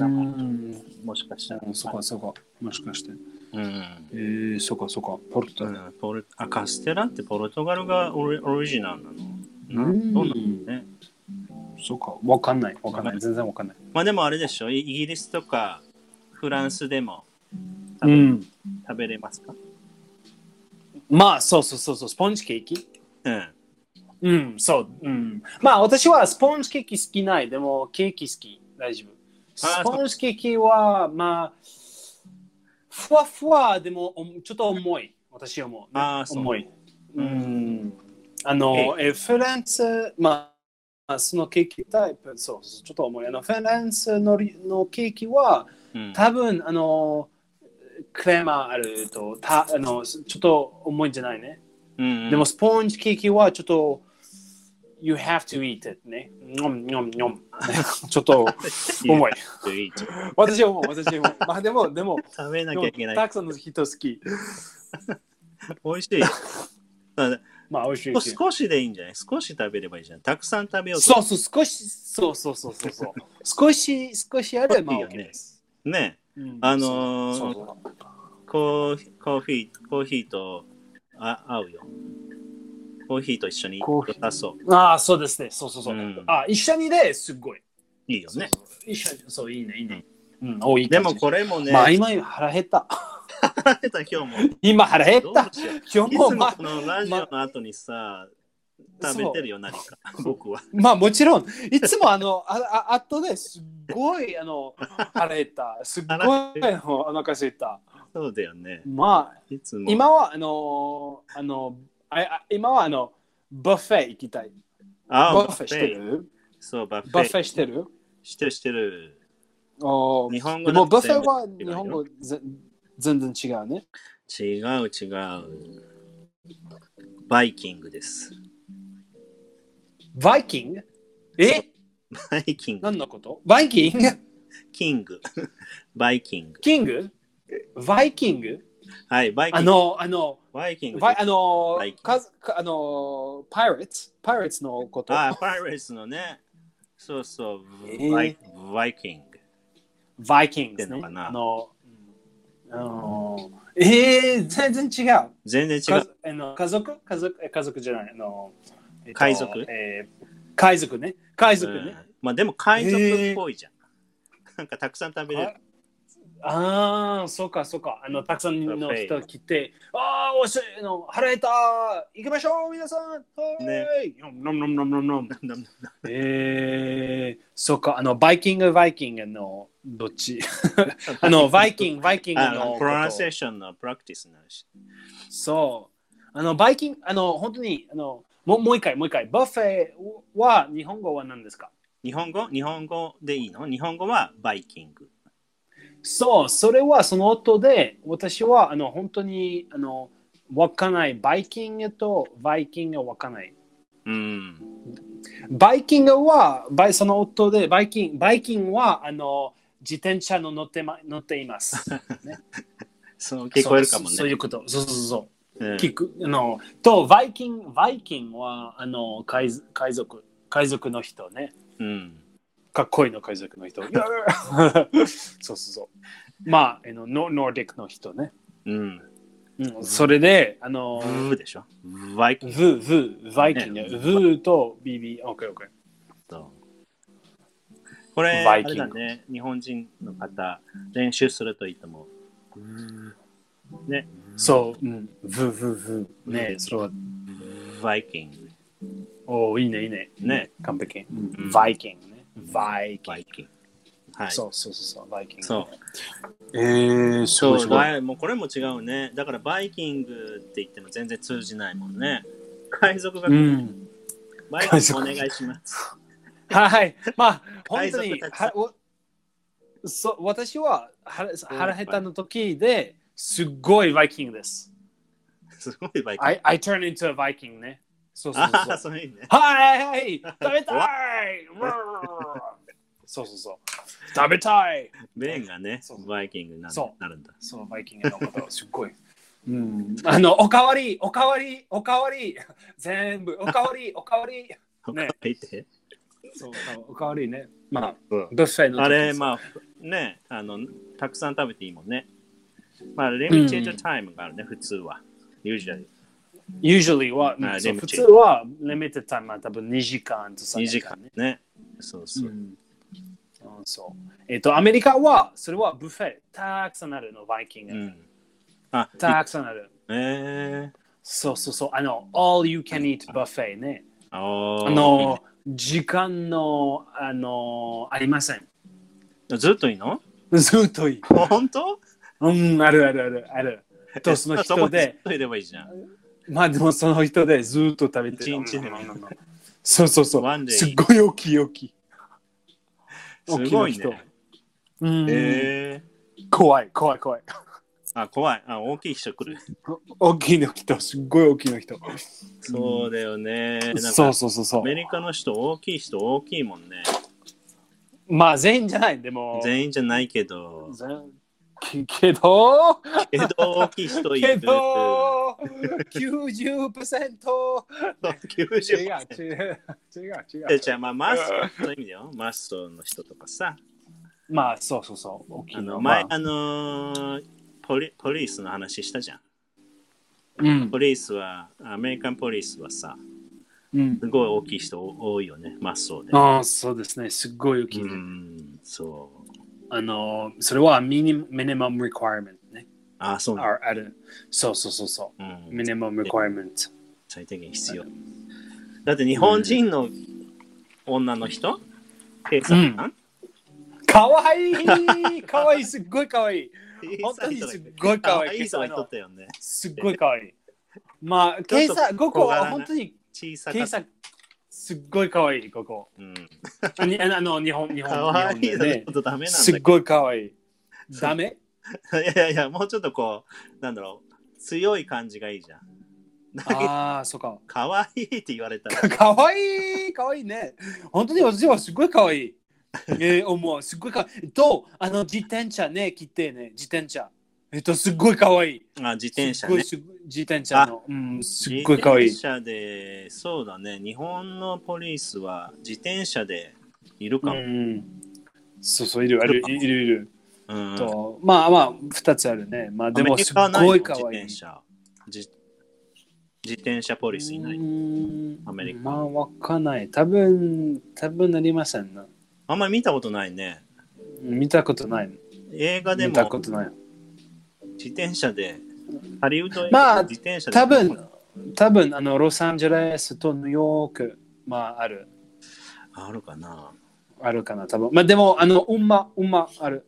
S1: うん。
S2: もしかしたら。
S1: そこそこ。もしかして。
S2: うん
S1: えー、そこそこ。ポルト
S2: う
S1: ガル。
S2: んポルあカステラってポルトガルがオリオリジナルなのな
S1: うん
S2: どうなんだろうね。
S1: そうか。わかんない。わかんない。全然わかんない。
S2: まあでもあれでしょ、イイギリスとかフランスでも食
S1: う
S2: べ,、
S1: ん。
S2: 食べれますか
S1: まあ、そうそうそうそう。スポンジケーキ。
S2: うん。
S1: うん、そう。うん。まあ、私はスポンジケーキ好きない。でも、ケーキ好き。大丈夫。
S2: あ
S1: ス
S2: ーそう
S1: ポンジケーキは、まあ、ふわふわでも、おちょっと重い。私はもう、
S2: あーそう
S1: 重い。うん。あの、えフランス、まあ、まあそのケーキタイプ、そうそう、ちょっと重い。あの、フランスのりのケーキは、
S2: うん、
S1: 多分、あの、クレーマーあると、たあのちょっと重いんじゃないね。
S2: うん、
S1: でも、スポンジケーキはちょっと、You have to eat it ね。にょんにょんにょん。 ちょっと重い。
S2: いい
S1: 私はもう、私はもう。まあでも、でも、
S2: 食べ な
S1: で
S2: きゃ
S1: も
S2: いけな
S1: た
S2: い。
S1: くさんの人好き。
S2: 美味しいよ。ただ
S1: まあ、美味しい。
S2: 少しでいいんじゃない少し食べればいいじゃん。たくさん食べようと
S1: そうそう、少し、そうそうそうそうそう。少し、少しあれば、まあ、
S2: いいよね
S1: OK です。
S2: ね。
S1: うん
S2: あのー
S1: そうそうそう
S2: コーヒーコーヒー、コーヒーとあ合うよ。コーヒーと一緒に
S1: コーヒー
S2: 良さそう。
S1: ああ、そうですね。そうそうそう。
S2: うん
S1: あ一緒にですっごい。
S2: いいよね。
S1: そうそう一緒に、そう、いいね、いいね。うん、おいい
S2: で
S1: 感じ
S2: もこれもね、
S1: まあ、今腹減った。
S2: 食べた今日も。
S1: 今腹減っ
S2: どう
S1: た。
S2: しよ
S1: 今
S2: う
S1: 日
S2: い
S1: も、ま
S2: つも
S1: あ
S2: こ、のラジオの後にさ、
S1: ま
S2: 食べてるよ、何か。僕は。
S1: まあもちろん、いつもあの、あああとですっごいあの腹減った、すっごい
S2: 腹減
S1: あのお腹すいた。
S2: そうだよね。
S1: まあ、
S2: いつも。
S1: 今はあの、あの、ああ今はあの、バッフェ行きたい。
S2: あ
S1: バッフェしてる
S2: そう、バッフェ。
S1: バッフェしてる
S2: してるしてる。
S1: お
S2: 日本語
S1: でもバ
S2: だ
S1: ッ
S2: と
S1: フェ
S2: 全
S1: は
S2: 部
S1: 日本語ぜ全然違うね。
S2: 違う違う。バイキングです。
S1: バイキングえ
S2: バイキング。
S1: 何のことバイキング
S2: キング。バイキング。
S1: キングバイキング
S2: はい、バイキ
S1: あ
S2: ング。
S1: の、あの、
S2: バイキング。
S1: バイあの
S2: バイキング、
S1: かずかあの、パイレッツパイレッツのこと。
S2: あ、パイレーツのね。そうそう、
S1: えー
S2: バイバイキング。
S1: バイキング
S2: ってんのかな
S1: あの、あのえー、全然違う。
S2: 全然違
S1: か
S2: う。
S1: あの家族家族え家族じゃない。あの、えっと
S2: 海賊
S1: えー海賊ね。海賊
S2: う
S1: ね。
S2: んまあでも海賊っぽいじゃん。なんかたくさん食べれる。
S1: ああ、そうかそうか。あの、たくさんの人来て、ああ、おしいの、腹減った行きましょう、皆さんはい、ね、ノムノムノムノムノム。えー、そうか、あの、バイキング、バイキングの、どっ ちあの、バイキング、バイキングの
S2: あ
S1: こと。
S2: プロナンセーションのプラクティスになるし。
S1: そう。あの、バイキング、あの、本当に、あの、もうもう一回、もう一回。バッフェは、日本語は何ですか
S2: 日本語日本語でいいの日本語はバイキング。
S1: そう、それはその音で、私は、あの、本当に、あの、わかんない。バイキングとバイキングはわかんない。
S2: うん。
S1: バイキングは、バイその音で、バイキング、バイキングは、あの、自転車の乗って,、ま、乗っています。
S2: そう 聞こえるか
S1: そうそ
S2: も
S1: うそうい
S2: ね。
S1: うこと。そうそうそうう。
S2: ん
S1: 聞く、あの、と、バイキング、バイキングは、あの、海賊海賊、海賊の人ね。
S2: うん。
S1: かっこいいの海賊 の人。そうそうそう。まあ、あのノノーディックの人ね。
S2: うん。
S1: うん、それで、あの、
S2: ブーでしょバイキング
S1: ブブバイキング、ブとビビ、オッケーオッケー。
S2: と。これ、
S3: バ
S2: あ
S3: イキ
S2: れ
S3: ング
S2: だね、日本人の方、練習するといいと思う。ね、
S1: そう、うん。ブーブーブー。ねそれは、
S2: バイキング。
S1: おお、いいね、いいね。
S2: ね、
S1: 完璧。
S2: うん
S1: バイキングね。バイキン
S2: バ
S1: グ。
S2: イキング。はい。
S1: そうそうそうそう、バイキング。
S2: そう。
S3: えー、すごい
S2: そ
S3: す
S2: う、
S3: ごい。
S2: バイもうこれも違うね。だからバイキングって言っても全然通じないもんね。海賊が、
S1: うん。
S2: バイキングお願いします。
S1: はい。まあ、本
S2: 海
S1: 当
S2: 賊
S1: に、
S2: たちさん
S1: はおそう私は腹腹減ったの時ですっごいバイキングです。
S2: すごいバイキング。
S1: I, I turn into a Viking ね。そうそう
S2: あ
S1: そ
S2: あ、
S1: う。
S2: そういうね。
S1: はいはい食べたいそうそうそう。食べたい
S2: ベンがね
S1: そう、
S2: バイキングになる
S1: そ
S2: なるんだ。
S1: そのバイキングのことすっごい。うん、あのおかわりおかわりおかわり全部おかわりおかわりね
S2: ね、って
S1: そうおかわりねまあ
S2: うん
S1: ブッフェの時
S2: あれ、
S1: です
S2: まあ、ね、あの、たくさん食べていいもんね。まあ、リミテッドタイムがあるね、普通は。usually。
S1: usually は、
S2: あ
S1: そう
S2: リミ
S1: 普
S2: テッド
S1: 通はリミテッドタイムは多分2時間と3
S2: 2
S1: 時
S2: 時
S1: 間
S2: 間
S1: ね
S2: ね。そうそうう。
S1: んうんそうえっ、とアメリカはそれはブッフェたくさんあるのバイキング、
S2: うん。あ、
S1: たくさんある
S2: えー。
S1: そうそうそうあの all you can eat buffet ね
S2: あー
S1: あの時間のあのありません
S2: ずっとい いの
S1: ずっといい
S2: 本当
S1: うん、あるあるあるある。とその人で
S2: ず、っといればいいじゃん。
S1: まあでもその人でずっと食べてる。
S2: 一日で
S1: うんうんうんうんそうそうそ
S2: One
S1: う。
S2: day
S1: すっごい大きい大きい。
S2: すごい
S1: 大きな人
S2: ね。
S1: うん、
S2: えー。
S1: 怖い怖い怖い。
S2: あ、怖い。あ、大きい人来る。
S1: 大きいの人、すっごい大きいの人。
S2: そうだよね。なんか
S1: そうそうそうそ
S2: アメリカの人、大きい人、大きいもんね。
S1: う。まあ全員じゃない、でも。
S2: 全員じゃないけど。
S1: 全けど、
S2: けど、大きい人い
S1: け
S2: る。
S1: ど、90%。違う違
S2: 90%。
S1: う違う違う。
S2: えじゃあ、まあ、マストの意味だよ。マストの人とかさ。
S1: まあそうそうそう。大きい
S2: あの
S1: の。
S2: 前、
S1: まあ
S2: あのーポリ、ポリスの話したじゃん。
S1: うん
S2: ポリスは、アメリカンポリスはさ、
S1: うん。
S2: すごい大きい人多いよね、マストで。
S1: ああ、そうですね。すっごい大きい、ね
S2: うん、そう。
S1: あの、それはミニミニマム requirement ね。
S2: あ、そうなんだ。
S1: あある。そうそうそうそうう。
S2: ん
S1: ミ、ニマム requirement。
S2: 最低限必要。だって日本人の女の人、ケイさん、
S1: かわいい かわいいすっごいかわいい本当にすっごい可愛い
S2: い人が人だよね。
S1: すっごいかわいい まあ、ケイさん、ここは本当に
S2: 小さ
S1: ケイ
S2: かった。
S1: さん、すっごいかわいい、ここ。
S2: うん、
S1: にあの、日本、日本、
S2: 可愛
S1: 日
S2: い
S1: 本
S2: の
S1: で
S2: ち
S1: ね
S2: ょっ。とダメなんだけ
S1: す
S2: ど
S1: っごいかわいい。ダメ
S2: いやいやいや、もうちょっとこう、なんだろう、強い感じがいいじゃん。
S1: ああ、そうか。
S2: かわいいって言われたら、
S1: か わいいかわいいね。本当に私はすごいかわいい。えー、思う。すごいかわいい。と、あの自転車ね、来てね、自転車。えっと、すっごいかわいい。
S2: あ自転
S1: す
S2: 車
S1: っご
S2: ね
S1: い。すごい自転車の。うん、すっごいかわいい
S2: 自。転車で、そうだね、日本のポリスは自転車でいるか
S1: う
S2: も。
S1: ん。そうそう、いる、ある、いる、いるいる。
S2: うん
S1: と、まあまあ、二つあるね。まあ、で
S2: アメ
S1: も、
S2: リ
S1: すっ
S2: カはないの
S1: ごいかわいい
S2: 自転。車自。自転車ポリスいな
S1: う
S2: い。
S1: ん
S2: アメリカ
S1: まあ、わかんない。多分、多分なりませんな。
S2: あんまり見たことないね。
S1: 見たことない。
S2: 映画で
S1: 見
S2: も
S1: たことない。
S2: 自転車で、ハリウッド映
S1: まあ
S2: 画で自転車で。
S1: 多分多分あのロサンゼルスとニューヨーク、まあ、ある
S2: あるかな。
S1: あるかな多分まあでもあの馬馬ある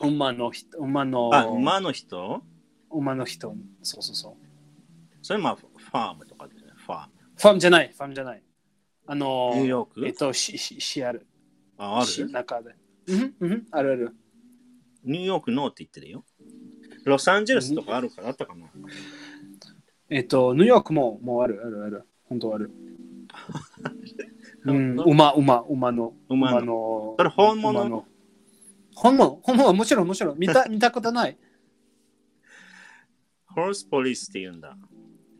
S1: 馬の人馬の
S2: あ、馬の人
S1: 馬の人そうそうそう
S2: それまあ、ファームとかでね、ファーム。
S1: ファームじゃないファームじゃないあの
S2: ニューヨーク
S1: えっとシシシアル
S2: ああ
S1: シ
S2: る
S1: 中でうんうんあるある
S2: ニューヨークのって言ってるよ。ロサンゼルスとかあるからあったかな。
S1: えっとニューヨークももうあるあるある本当あ るうん
S2: な
S1: 馬馬馬の
S2: 馬の
S1: の
S2: それ本物
S1: 馬の本物本物もちろんもちろん見 た見たことない
S2: ホースポリスって言うんだ。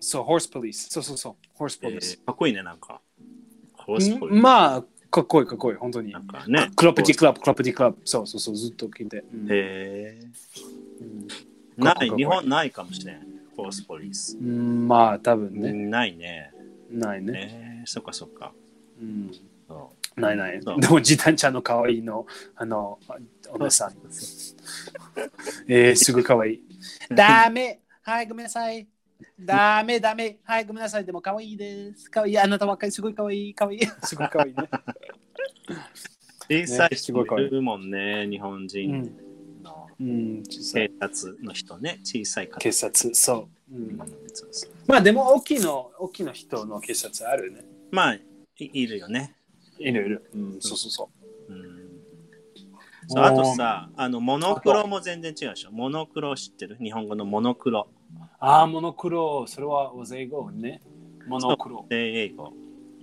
S1: そう、ホースポリス。そうそうそう、ホースポリス。
S2: えーかっこいいね、なんか。ホースポリス。
S1: まあ、かっこいいかっこいい、本当に
S2: な。んかね。
S1: クロペティクラブ、クロペティクラブ。そうそうそう、ずっと聞いて。うん
S2: へえ。
S1: うん
S2: な
S1: かっこいいかっこいい
S2: い、日本ないかもしれん。ホースポリス。
S1: うん、まあ、多分ね、
S2: ないね。
S1: ないね。
S2: えー、そっかそっか。
S1: うん
S2: そう
S1: ないない。で
S2: そう
S1: も、ジタンちゃんの可愛いの、あの、お姉さん。えー、すぐ可愛 い。ダメはい、ごめんなさい。ダメダメはい、ごめんなさい。でも、可愛いです。可愛い。あなた若い、すごい可愛い。可愛 い。すごい可愛いね。
S2: 小さい
S1: す
S2: 人
S1: ごい可愛い
S2: いるもんね、日本人の
S1: うん、小さい
S2: 警察の人ね、小さい方。
S1: 警察、そう。うん
S2: そうそう
S1: まあ、でも、大きいの、大きいの人の警察あるね。
S2: まあ、いいるよね。
S1: いるいる。うん、そうそうそ
S2: うん
S1: う。
S2: そうあとさ、あのモノクロも全然違うでしょ。モノクロ知ってる日本語のモノクロ。
S1: ああ、モノクロ、それはオゼイゴね。モノクロ。
S2: で、英語。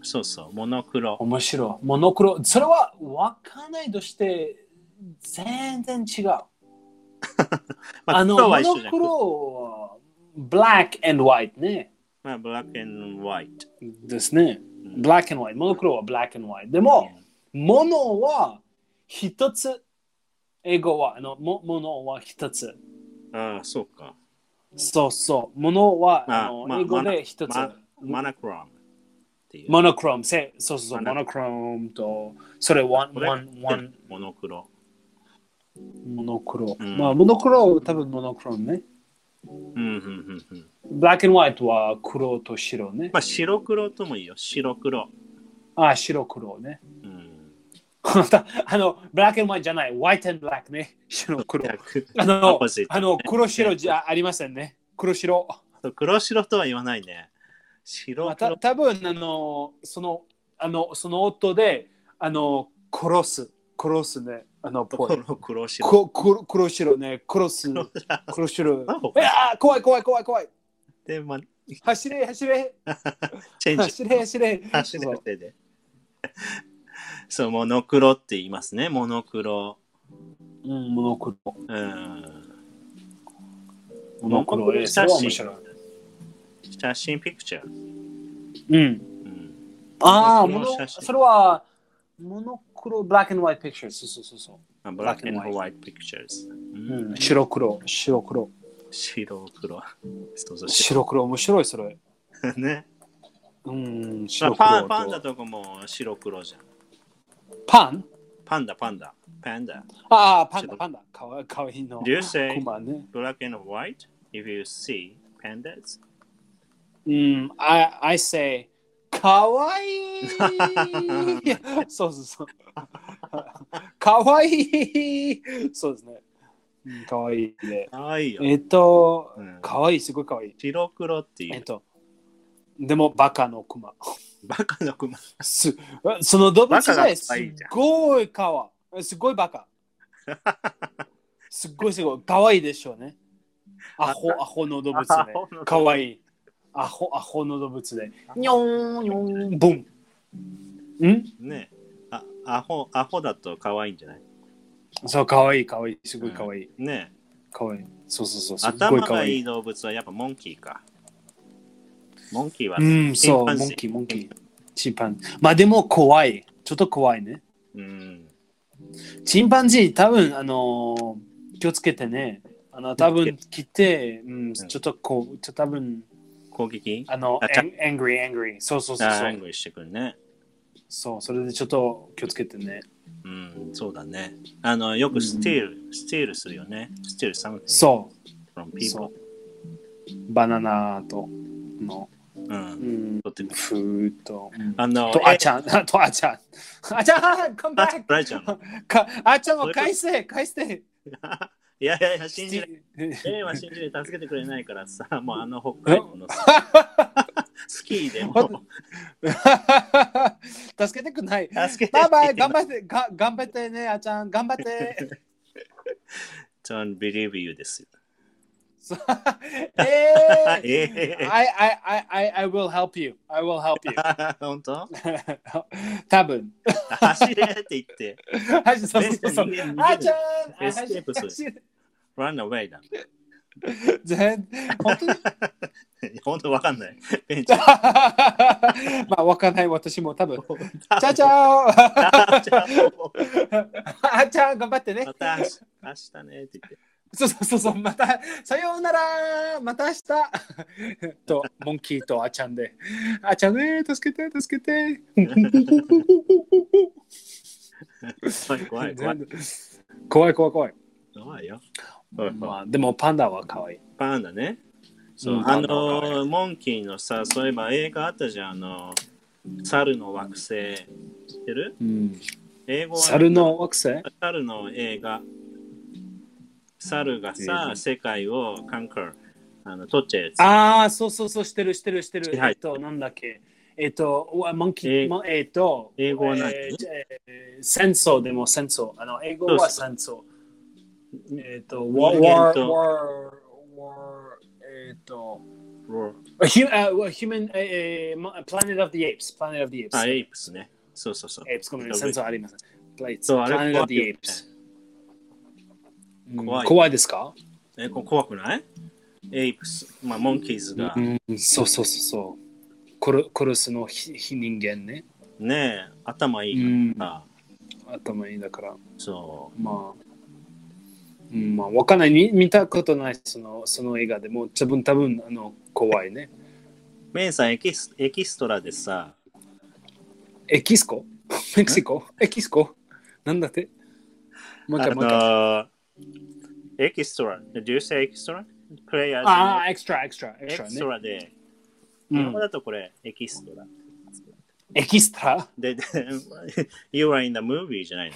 S2: そうそう、モノクロ。
S1: 面白い。モノクロ、それは分かんないとして、全然違う。
S2: まあ、
S1: あの、
S2: 黒は
S1: モ
S2: 一
S1: ノ
S2: 緒じゃん
S1: ク。ロは、ブラック and white ね。
S2: まあ、ブラック and ホワイト。
S1: ですね。
S2: うん
S1: ブラック and white。モノクロはブラック and white。でも、ものは一つ。英語は、あの、もものは一つ。
S2: ああ、そうか。
S1: そうそう。ものは、
S2: まあ
S1: あの
S2: まあ
S1: 英語で一つ。
S2: まマナクロムっていう。
S1: モノクローム、せそうそうそう、
S2: モ
S1: モ
S2: ノ
S1: ノクロームと、それ、ワン、
S2: これ
S1: ワン、ワン、
S2: モノクロ。
S1: モノクロ。
S2: うん
S1: まあ、モノクロ、多分モノクロームね。
S2: うんうんうんうん。
S1: ブラックホワイトは黒と白ね。
S2: まあ、白黒ともいいよ。白黒。
S1: あ、白黒ね。
S2: うん。
S1: またあの、ブラックホワイトじゃない、ホワイトブラックね。白黒。あの
S2: Opposite、
S1: あの黒白じゃありませんね。黒白。
S2: そう黒白とは言わないね。白
S1: また
S2: 黒。
S1: 多分あの、その、あの、その音で、あの、殺す、殺すね。あの、ぽい。
S2: 黒黒白。
S1: こ黒黒白ね、殺す。黒白。
S2: なんか
S1: いやー怖い怖い怖い怖い。
S2: で、まあ、
S1: 走れ走れ
S2: チェンジ。
S1: 走れ走れ。
S2: 走る手で。 そう、モノクロって言いますね。モノクロ。
S1: うん、モノクロ。
S2: うん。
S1: モ
S2: ノ
S1: ノ
S2: ク
S1: ク
S2: ロ
S1: ロ。えーそれは面白い。
S2: 写真ピクチャー。
S1: うん。
S2: うん。
S1: ああ、モ
S2: モノクロ写
S1: ノ
S2: 真
S1: それはモノクロ、ブラックホワイトピクチャー。そうそうそうそ
S2: まあ、ブラック
S1: Black and
S2: ホワイトピクチャーズ。
S1: う。うん、白黒、白黒。
S2: 白黒。そうそう、白
S1: 白黒、面白いそれ。
S2: ね。
S1: うん、
S2: まあ
S1: 白黒
S2: パン
S1: と。
S2: パンダとかも白黒じゃん。
S1: パン
S2: パンダ、パンダ。パンダ。
S1: ああ、パンダ、パンダ。かわかわいいの。
S2: Do you say
S1: クマね。
S2: black and white if you see pandas
S1: うん、I, I say か わいいそうそうそう。かわいいそうですね。うんかわいいね。
S2: かわいいよ、
S1: えっと
S2: うん、
S1: かわいい、すごいかわいい。
S2: 白黒ってい
S1: えっ
S2: う
S1: と、でもバカのクマ。
S2: バカのクマ
S1: すその動物
S2: バカが可愛
S1: で
S2: い
S1: す
S2: じゃん
S1: ごいかわすごいバ カ。すっごいすごいかわいいでしょうね。アホ、アホの動物
S2: ア
S1: ね
S2: ホの。
S1: かわいい。アホ、アホの動物で。にょん、にょん、ボン。ん
S2: ねあアホアホだと可愛いんじゃない
S1: そう、かわいい、かわいい。すごいかわいい。
S2: ね
S1: かわいい。そうそうそう。すっご
S2: 頭
S1: いかわ
S2: がい
S1: い
S2: い
S1: い。
S2: 動物はやっぱモンキーかモンキーは
S1: うん、そう、
S2: チン
S1: モ
S2: パンジー
S1: ンキー、モンキー。チンパン。まあでも怖い。ちょっと怖いね。
S2: うん
S1: チンパンジー、多分あのー気をつけてね。あの、多分来て、うん、ちょっとこう、ちょっと多分
S2: 攻撃
S1: あの、
S2: あちゃ
S1: ang- angry, angry。そうそうそう
S2: あ
S1: そ
S2: アン
S1: う。
S2: グリしてくるね
S1: そう、それでちょっと気をつけてね。
S2: うんそうだねあのよくスティール、スティールするよねスティール something
S1: そ
S2: from
S1: う、そ
S2: people
S1: う。バナナと、の、
S2: う
S1: うんん、
S2: とっても
S1: ふーっと。うん
S2: あの
S1: とあちゃん、とあちゃん。あちゃん、come
S2: あ
S1: back!
S2: 取られちゃう の
S1: かあちゃんを返せ、返せ。
S2: いやいやいや信じないえは信じて助けてくれないからさ、もうあの北海道のさスキーでも
S1: 助けてくんない。
S2: 助けて
S1: バイバイ、頑張って、が頑張ってね、あちゃん、頑張 って。
S2: Don't believe you で すよ。
S1: そうえー
S2: ええ
S1: I, I, I, I, I will help you. I will help you.
S2: 本当
S1: 多分。
S2: 走れって言って、
S1: はいそうそうそう
S2: ベスト逃げる
S1: あちゃん
S2: ベストテープする
S1: 走る
S2: run away だ。
S1: 全本当に
S2: 本当わかんない。 ベンチ。
S1: まあ、わかんない私も多分。チャチ ャ
S2: じゃあもう
S1: あちゃん、頑張ってね
S2: ま。た明日明日ねって言って。
S1: そうそうそうそう、また、さようなら、また明日。 と、モンキーとあちゃんで、あちゃんね、助けて、助けて。
S2: 怖い怖い怖い。
S1: 怖い怖い怖い。
S2: 怖いよ。はいはい
S1: まあ、でもパンダは可愛い。
S2: パンダね。そう、
S1: うん
S2: あ
S1: パンダは可
S2: の、モンキーのさ、そういえば映画あったじゃん、あの、猿の惑星。知ってる
S1: うん、
S2: 英語は
S1: 猿の惑星
S2: 猿の映画。猿がさ、世界をカンカー、あの、取っちゃうやつ。
S1: ああ、そうそうそう、してるしてるしてる。
S2: はい
S1: えっと、なんだっけ。えっと、わモンキ
S2: え
S1: ー、もえっと、
S2: 英語は何
S1: えーえー戦争でも戦争。あの、英語は
S2: そ
S1: 戦争。えっと、
S2: 人
S1: war,
S2: 間
S1: war,
S2: と
S1: war, war, えっと、
S2: ロー
S1: hu- あ human, えーま planet of the apes, planet of the
S2: あ、
S1: apes.
S2: エイプスね。そうそうそう。
S1: apes ごめん、戦争ありません。Plates
S2: そうあれ
S1: planet of the
S2: 怖いよね
S1: apes. うん
S2: 怖い
S1: 怖いですか
S2: え、こ怖くないエイプス、まあ、モンキーズが。
S1: うん、そうそうそうそう。殺殺すの非非人間ね。
S2: ねえ、頭いいからさ、
S1: 頭いいだから。
S2: そ
S1: まあ、うん、まあ、わかんない。み見たことないそのその映画でも、自分多分あの怖いね。
S2: う。メイさんエキス、エキストラでさ、
S1: エキスコメキシコエキスコなんだってもう一
S2: あ
S1: 回もう一回。
S2: のエキストラ、do you say エキストラプレイヤーズ
S1: ああ、エクストラ、エクストラ、エ
S2: エ
S1: クスト
S2: キ
S1: ラ
S2: ス
S1: ね
S2: ト。ラで、
S1: う
S2: 日本語
S1: ん
S2: だとこれ、エキストラ。
S1: エキストラ
S2: で、 で you are in the movie じゃないの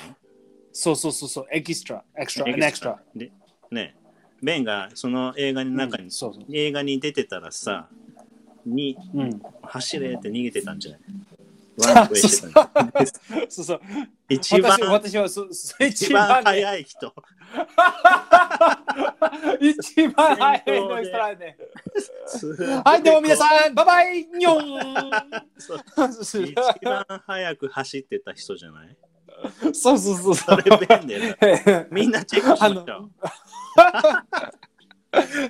S1: そうそうそうそう、エキストラ、エクストラ、エクストラ。
S2: でねえ、ベンがその映画の中に、
S1: そうそう。
S2: 映画に出てたらさ、に
S1: うん、
S2: 走れって逃げてたんじゃないワ
S1: あ
S2: ンプレイして たんじゃない
S1: そうそう。
S2: 一番
S1: 私私はそそう
S2: 一
S1: 一
S2: 番
S1: 番ね
S2: 速い人。
S1: 一番早いの人らね。はい、どうも皆さん、バイバイにょん
S2: そう
S1: そう
S2: 一番早く走ってた人じゃない
S1: そうそうそ。
S2: そうれ便利だ。みんなチェックしましょう。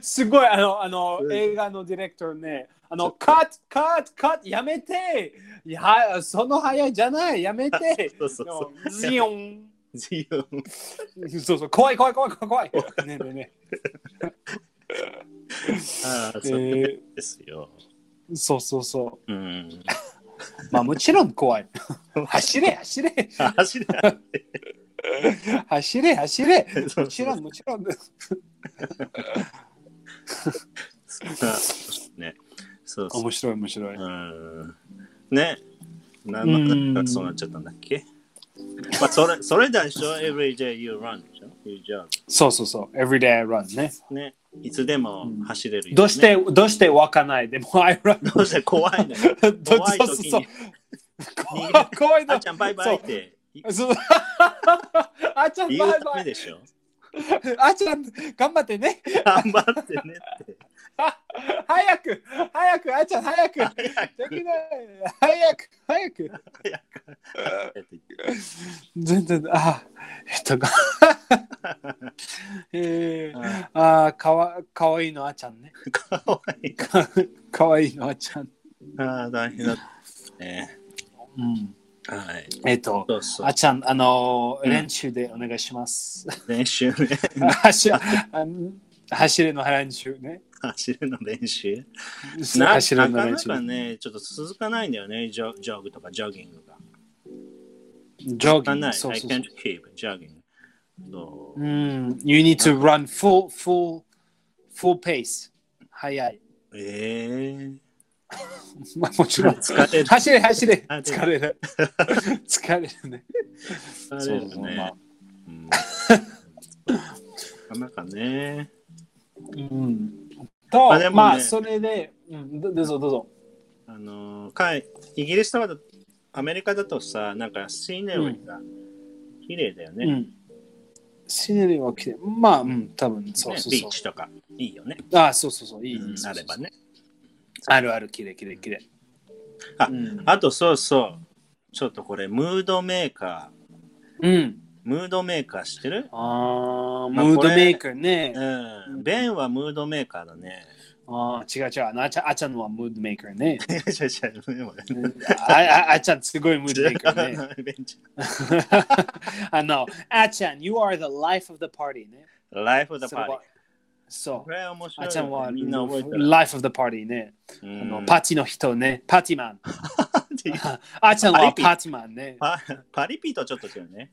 S1: すごい、あの、あの
S2: う、ん
S1: 映画のディレクターね、あの、カット、カット、カット、やめていや、その早いじゃない、やめて
S2: そうそうそう
S1: ジヨン
S2: 自由。
S1: そうそう、怖い怖い怖い怖い怖い。ねえねえね
S2: ああ、
S1: え
S2: そうですよ。
S1: ーそうそうそ
S2: うん。
S1: う。まあもちろん 怖い。走れ走れ
S2: 走れ。
S1: 走れ走れ
S2: そう
S1: もちろんもちろん。
S2: そうね。そうそう。
S1: 面白い面白い。
S2: うん。ね。な
S1: う
S2: なんなんかそうなっちゃったんだっけまあ、それ、それだでしょ ?Every day you run でしょ ?You jog.
S1: そうそうそう。Everyday I run ね。
S2: ね。いつでも走れるよね
S1: どうし、て、どうしてわかんないでも I run。
S2: どうして怖いのよ。
S1: ど
S2: 怖い
S1: そう
S2: 時
S1: そうそう
S2: に。
S1: 怖い怖い
S2: あ
S1: な
S2: っちゃんバイバイって
S1: そう。 あっちゃん
S2: 言
S1: バ
S2: う
S1: イ
S2: た
S1: バ
S2: め
S1: イ。
S2: でしょ
S1: あっちゃん頑張ってね。
S2: 頑張ってねって。
S1: 早く早くあっちゃん早く。できない。早く早く。 全然あえっと がえー、あーかわかわいいのあちゃんね
S2: かわいい。
S1: か かわいいのあちゃん、
S2: ああ、大変だったね。
S1: うん、
S2: はい。
S1: えっ、と
S2: そうそう
S1: あ。ちゃんあのー
S2: うん
S1: 練習でお願いします、
S2: 練習 ね。
S1: 走あの走るの練習ね
S2: 走るの練習。な
S1: 走るの
S2: な
S1: 練
S2: か
S1: 習
S2: なかね、ちょっと続かないんだよね、ジョジョグとかジョギングが。
S1: ジョ
S2: 続か
S1: ギン
S2: ない。
S1: グそうそう
S2: I
S1: そう
S2: can't keep jogging. そう
S1: うん You need to run full full full pace 速い
S2: えー、
S1: まあもちろん
S2: 疲れる
S1: 走れ走れ
S2: 疲
S1: 疲れる疲れるね
S2: 疲れるね。うん。 なかなかね。
S1: うんと、
S2: まあでもね
S1: まあ、それで、うん、どどうぞどうぞ。
S2: あのーかいイギリスとかだアメリカだとさなんかシネリーが綺麗だよね,、
S1: う
S2: ね
S1: ん。シネリは綺麗。まあ、うん、多分、そうそう
S2: ビ
S1: そ
S2: ー
S1: う。
S2: チとかいいよね、
S1: ああ、そうそうそう、いい。
S2: うん、あればね
S1: あるある、綺麗綺麗綺麗。
S2: あ
S1: うん。
S2: あとそうそうちょっとこれムードメーカー
S1: うん、
S2: ムードメーカー知ってる
S1: ああ、ム
S2: まあ
S1: ー
S2: これ
S1: ドメイクね。
S2: うんベンはムードメーカーだね
S1: ああ、違う違う。あのあちゃんあちゃんはムードメイク ね。
S2: 違う 違うベンは
S1: あああちゃん、すごいムードメイクね。
S2: ベンち
S1: あの、あちゃん、You are the life of the party ね。
S2: ゃんライフ・ザ・パーティー
S1: そ
S2: こ
S1: う。
S2: れ面白い
S1: あ
S2: よね
S1: ちゃんは
S2: みんな覚えてる
S1: life of the party ね。あのパティの人ね。 パティマン。
S2: ティ
S1: あちゃんはパティマンね。
S2: パパリピとちょっと違うね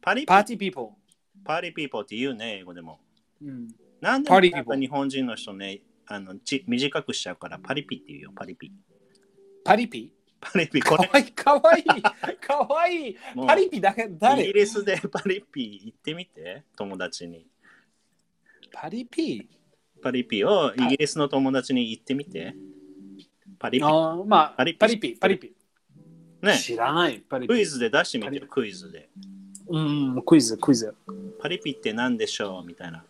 S2: パリ
S1: パーティーピーポ
S2: パーティーピーポーって言うね、英語でも。
S1: ー。うん。
S2: なんで
S1: パリピー
S2: やっ
S1: ポ
S2: ぱ
S1: ー
S2: 日本人の人ね、あのち短くしちゃうからパリピって言うよ、パリピ。
S1: パリピ
S2: パリピ、
S1: か
S2: こ
S1: わ
S2: れ、
S1: いい、かわいい、かわいい。
S2: もう
S1: パリピだけ、
S2: イギ
S1: 誰
S2: リスで パリピ言ってみて、友達に。
S1: パリピ
S2: パリピをイギリスの友達に言ってみて。パリピ。
S1: あーまあ、
S2: パ
S1: パ
S2: リ
S1: リ
S2: ピ
S1: ピ、パリピ。
S2: ね、
S1: 知らない、パリ
S2: クイ
S1: ピ。
S2: ズで出してみ
S1: パ
S2: て
S1: リ
S2: よ、クイズで。
S1: うん、クイズ、クイズ。
S2: パリピって何でしょうみたいな。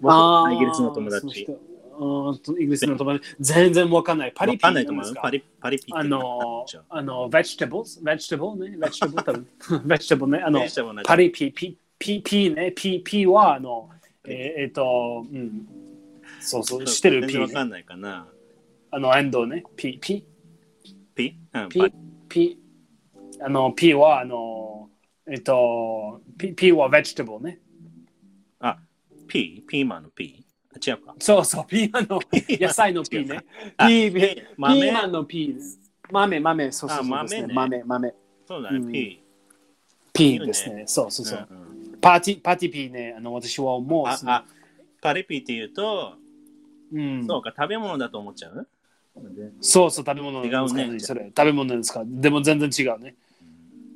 S2: 僕
S1: あー
S2: イギリスの友
S1: そ
S2: 達。
S1: 人あーイギリスの友達、全然わかんない。パリピ
S2: わかんないと思う
S1: なんです
S2: よ
S1: か
S2: パリパリピって
S1: あ
S2: 何
S1: の
S2: でしょう、
S1: あの、vegetables、vegetable ね、vegetable 多 分 vegetable ね、あの
S2: ベジ、タブルな
S1: パリピ、ピ、ピ、ピね、ピ、ピは、あの、えーえっと、うん、そうそう、してる
S2: 全
S1: ピ
S2: 然わか
S1: ね、
S2: んないかな。
S1: あの、エンドね、ピ、ピ、
S2: ピうん
S1: ピ
S2: パリ、
S1: ピ、あの、ピは、あの、えっと、ピ、ピは vegetable ね。
S2: あ、ピピーマンのピあ違うか。
S1: そうそう、ピーマンの、 野菜のピーね。ピー、ピー、
S2: 豆
S1: ピーマンのピー。豆、豆、そうそう
S2: あ
S1: そう
S2: 豆
S1: ですね
S2: ね
S1: 豆、豆。
S2: そうだね、
S1: うん
S2: ピ
S1: ピーですね。そうそうそう。
S2: うんうん
S1: パーティー、パーティーピーね。あの、私はもう
S2: あ
S1: その、
S2: あ、パリピって言うと、
S1: うん。
S2: そうか、食べ物だと思っちゃう
S1: そうそう、食べ物なんですか
S2: 違うね
S1: それ、食べ物なんですかでも全然違うね。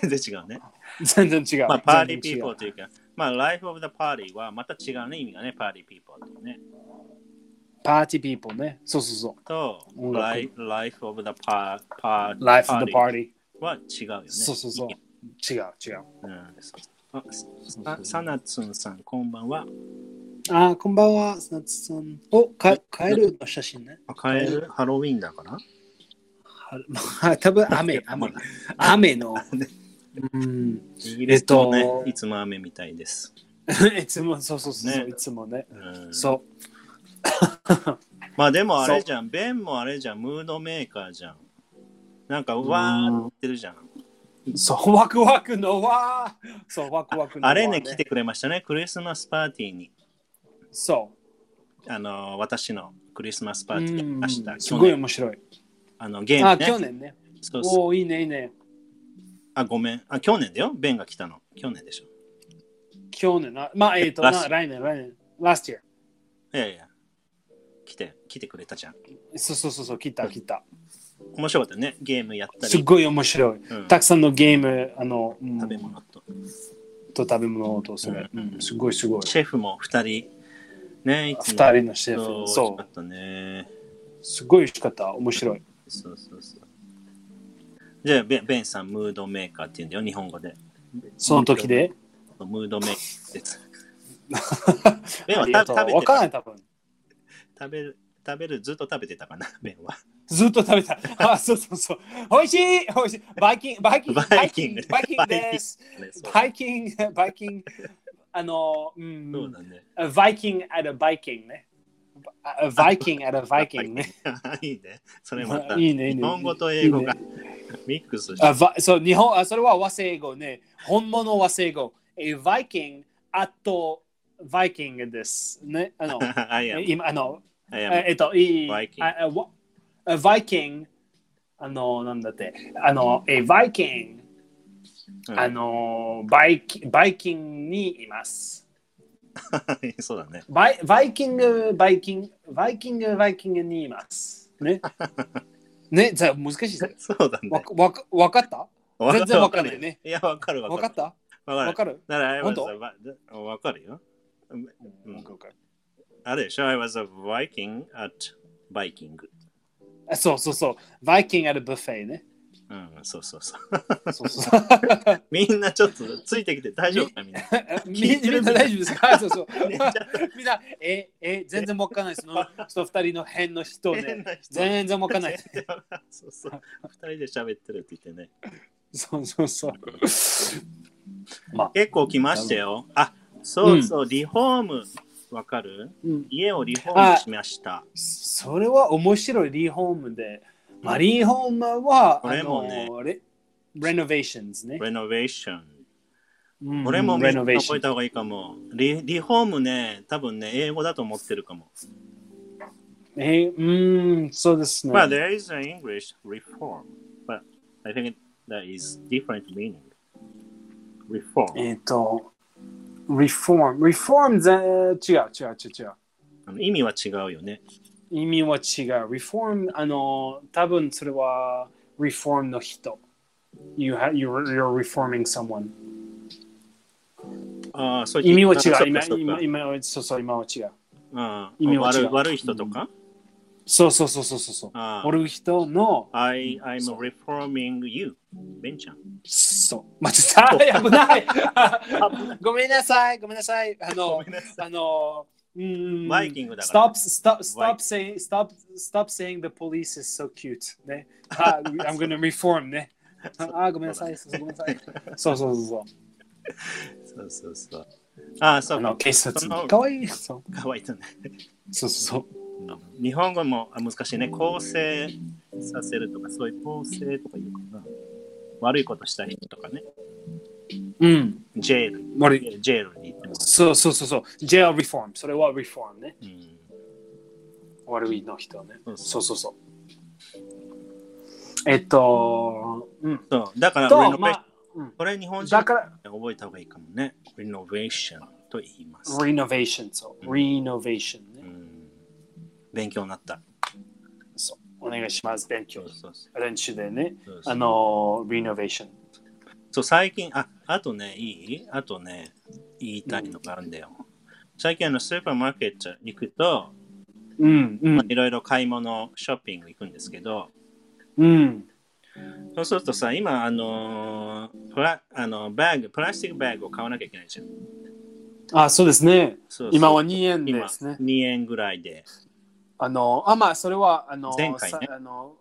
S2: 全然違うね。
S1: 全然違う。
S2: まあ、パーティ
S1: 全然
S2: ーピ
S1: 違う
S2: ーポーというか、まあ、ライフオブザパーティーはまた違うね、意味がね、パーティーピーポーとね。
S1: パーティーピーポーね。そうそうそ
S2: と、
S1: 音楽
S2: ライライフオブザパーパー
S1: う。Life of the
S2: パー
S1: party。
S2: ティーは違うよね。
S1: そうそうそう。違う、違う。
S2: うんあさサナツンさん、こんばんは。
S1: あー、こんばんは、さつさん。お、かカエルの写真ね。
S2: あカエルハロウィンだから
S1: はま あ、多分雨、雨。雨 の。うん。
S2: イギリスとね、
S1: えっと
S2: いつも雨みたいです。
S1: いつも、そうそうそうそう、
S2: ね
S1: いつもね。
S2: うん
S1: そ
S2: まあでもあれじゃん、ベンもあれじゃん、ムードメーカーじゃん。なんか、うわーって言ってるじゃん。
S1: う、そう、ワクワクのわー。そう、ワクワクのわ
S2: あ
S1: ー
S2: れね、来てくれましたね、クリスマスパーティーに。
S1: そ
S2: あの、私のクリスマス
S1: う。
S2: パ
S1: う
S2: ーティーに
S1: ん
S2: ました。
S1: す
S2: 去
S1: ごい
S2: 年、
S1: 面白い。
S2: あの、ゲー
S1: あ、
S2: ムね。
S1: 去年ね。
S2: そうそう
S1: おーいいね、いいね。
S2: あ、ごめん。あ、去年だよ、ベンが来たの。去年でしょ。
S1: 去年な。まあ、えっと、
S2: Last year
S1: な来年、来年。last year。
S2: いやいや。来て、来てくれたじゃん。
S1: そうそうそうそう、来た、来た。
S2: 面白かったね、ゲームやった
S1: す
S2: り。
S1: ごい面白い。
S2: うん
S1: たくさんのゲーム、あの、うん
S2: 食べ物と。
S1: と食べ物とそれ。うん、すごい、すごい。
S2: シェフも2人。ね、いつも
S1: 二人のシェ
S2: そう
S1: フ。
S2: 美味し
S1: そ
S2: か
S1: う。
S2: ったね。
S1: すごい美味しかった。面白い。
S2: そうそうそう。じゃあ、ベンベンさん、ムードメーカーって言うんだよ、日本語で。
S1: その時で。
S2: ムードメーカー です。
S1: ありがとうわかんな
S2: ベンは食べ食べてた
S1: い、多分。
S2: 食べる、食べる、ずっと食べてたかな、 ベンは。
S1: ずっと食べた。あ、そうそうそう。美味しい美味しいバイキング、バイキング、
S2: バイキング
S1: バイキングです。
S2: ねそう
S1: バイキング、バイキング。あの、う、
S2: そうんだね。
S1: バイキング at a バイキングね。バイキング at a バイキングね。
S2: いいね。 それま
S1: い
S2: た、
S1: いねいいね
S2: 日本語と英語がミックス して
S1: あばそう日本あそれは和製英語ね。本物和製英語。えバイキング、あと、バイキングです。ね。あの、
S2: I am,
S1: 今、あの、
S2: I
S1: え
S2: am.
S1: えっと、いい、
S2: バイキング
S1: ああわあバイキング、あの、なんだって、あの、えバイキング、
S2: うん
S1: あの、バイキバイキングにいます。
S2: そうだね。
S1: バイバイキング、バイキング、バイキング、バイキングにいます。 ね。ね、じゃあ難しいです。
S2: そうだね。
S1: わかわかわかった
S2: わ
S1: 全然わかんないね。
S2: いや、わかるわ
S1: わ
S2: か
S1: か
S2: る
S1: っ。た
S2: わ
S1: わ
S2: かる。
S1: かる
S2: だから、I
S1: 本
S2: was
S1: 当
S2: a Vi- わかるよ。
S1: わかるわかる
S2: あれでしょ ?I was a Viking at Viking。
S1: あそうそうそう。バイキングあるブッフェね。
S2: うん、そうそうそう。
S1: そうそうそう。
S2: みんなちょっとついてきて大丈夫かみんな。
S1: みみんな大丈夫ですか そうそう。みんな、え、え、全然わかんない。そ の、その二人の変の人
S2: 変
S1: ね
S2: な。人
S1: 全然わかん ない。
S2: そうそう。二人で喋ってるって言ってね。
S1: そうそうそう。
S2: 結構来ましたよ。あ、そうそう、リフォーム。わかる
S1: うん
S2: 家をリフォームしました。
S1: それは面白いリホームで。まあ、リホームは、
S2: これもね
S1: あのレレノベーションズね。
S2: レノベーション。
S1: うん
S2: これもみ
S1: レ
S2: んな
S1: ノベーショ
S2: 覚え
S1: ン。
S2: た方がいいかも。リリフォームね、多分ね、英語だと思ってるかも。
S1: え、うん、そうですね。
S2: まあ、there is an English reform, but I think that is different meaning. reform。
S1: えっ、と、reform。reform ぜ違う違う違う違う。
S2: あの意味は違うよね。
S1: 意味は違う。reform、あの、多分それは reform の人。You ha- you're, you're reforming someone.
S2: ああ、そう
S1: 意味は違
S2: そっか
S1: う。今
S2: そっか
S1: 今今はそうそう、今は違う。
S2: ああ
S1: 意味は違う
S2: 悪い悪い人とか、
S1: そうそうそうそうそうそう。
S2: ああ
S1: おる人の、
S2: I, I'm reforming you. ベンちゃん。
S1: そう。待ってた、危 ない。ごめんなさい、ごめんなさい。あの、あの、うん
S2: バイキングだから
S1: Stop, stop,
S2: バイ
S1: stop saying, stop, stop saying the police is so cute. ね。あ I'm gonna reform ね。あ、ごめんなさい、そうごめんなさい。そうそうそうそう。
S2: そうそうそう。ああ、そ
S1: あ
S2: う
S1: の、
S2: か。
S1: 警察
S2: その
S1: かわいい。そう
S2: かわいいとね。
S1: そうそう。
S2: 日本語もあ難しいね。構成させるとか、そういう構成とかいうかな。悪いことした人とかね。
S1: うん。
S2: ジェール、
S1: 森
S2: ジェールに行ってます。
S1: そうそうそうそう。jail reform。それは reform ね。
S2: うん
S1: 悪いの人ね。
S2: うん
S1: そうそうそう。えっと、うん。
S2: そうだから、
S1: と、
S2: renovation
S1: まあ、うん
S2: これ日本人
S1: だ
S2: は
S1: から、
S2: 覚えた方がいいかもね。リノベーションと言います。
S1: renovation。そう。
S2: うん
S1: renovation
S2: う
S1: ね。
S2: ん勉強になった。
S1: そう。お願いします、勉強
S2: そう。そうそう
S1: 練習でね
S2: そう。そう
S1: あの、renovation。
S2: そう最近、あ、あとね、いいあとね、言いたいのがあるんだよ。最近あのスーパーマーケットに行くと、
S1: うん、う
S2: まあ
S1: ん、
S2: いろいろ買い物、ショッピング行くんですけど、
S1: うん。
S2: そうするとさ、今、あのープラあのバッグ、プラスチックバッグを買わなきゃいけないじゃん。
S1: あ、そうですね。
S2: そうそう
S1: 今は2円
S2: 今
S1: ですね。
S2: 2円ぐらいで。
S1: あの、あ、まあ、それは、あの、
S2: 前回ね
S1: さあの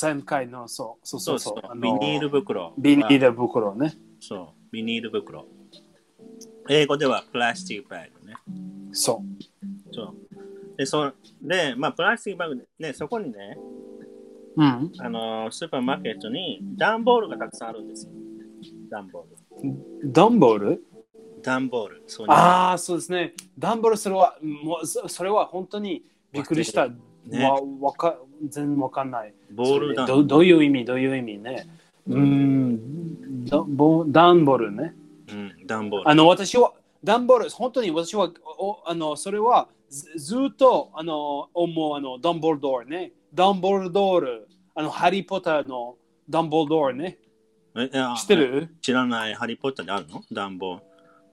S1: 前回の、そうそう
S2: そ
S1: そううそ。
S2: そう
S1: あ
S2: う。
S1: の
S2: ビニール袋。
S1: ビニール袋ね。
S2: そう、ビニール袋。英語ではプラスチックバッグね。
S1: そ
S2: そう。で、そでまあ、プラスチックバッグ、ね、そこにね、
S1: う。うん。
S2: あのースーパーマーケットに段ボールがたくさんあるんですよ。段ボール。
S1: 段ボール
S2: 段ボール。そう
S1: ああ、そうですね。段ボール、それは、もう、そそれは本当にびっくりした。
S2: ね
S1: わ、わか、全然わかんない。
S2: ボール段
S1: それどどういう意味、どういう意味ね。うーん、だぼ段ボールね。
S2: うん、段ボール。
S1: あの、私は、段ボール、本当に私は、おあの、それはずずっと、あの、思う、あの、ダンボールドールね。ダンボールドール、あの、ハリー・ポッターのダンボールドールね。
S2: えあ
S1: 知ってる
S2: 知らない、ハリー・ポッターであるの段ボール。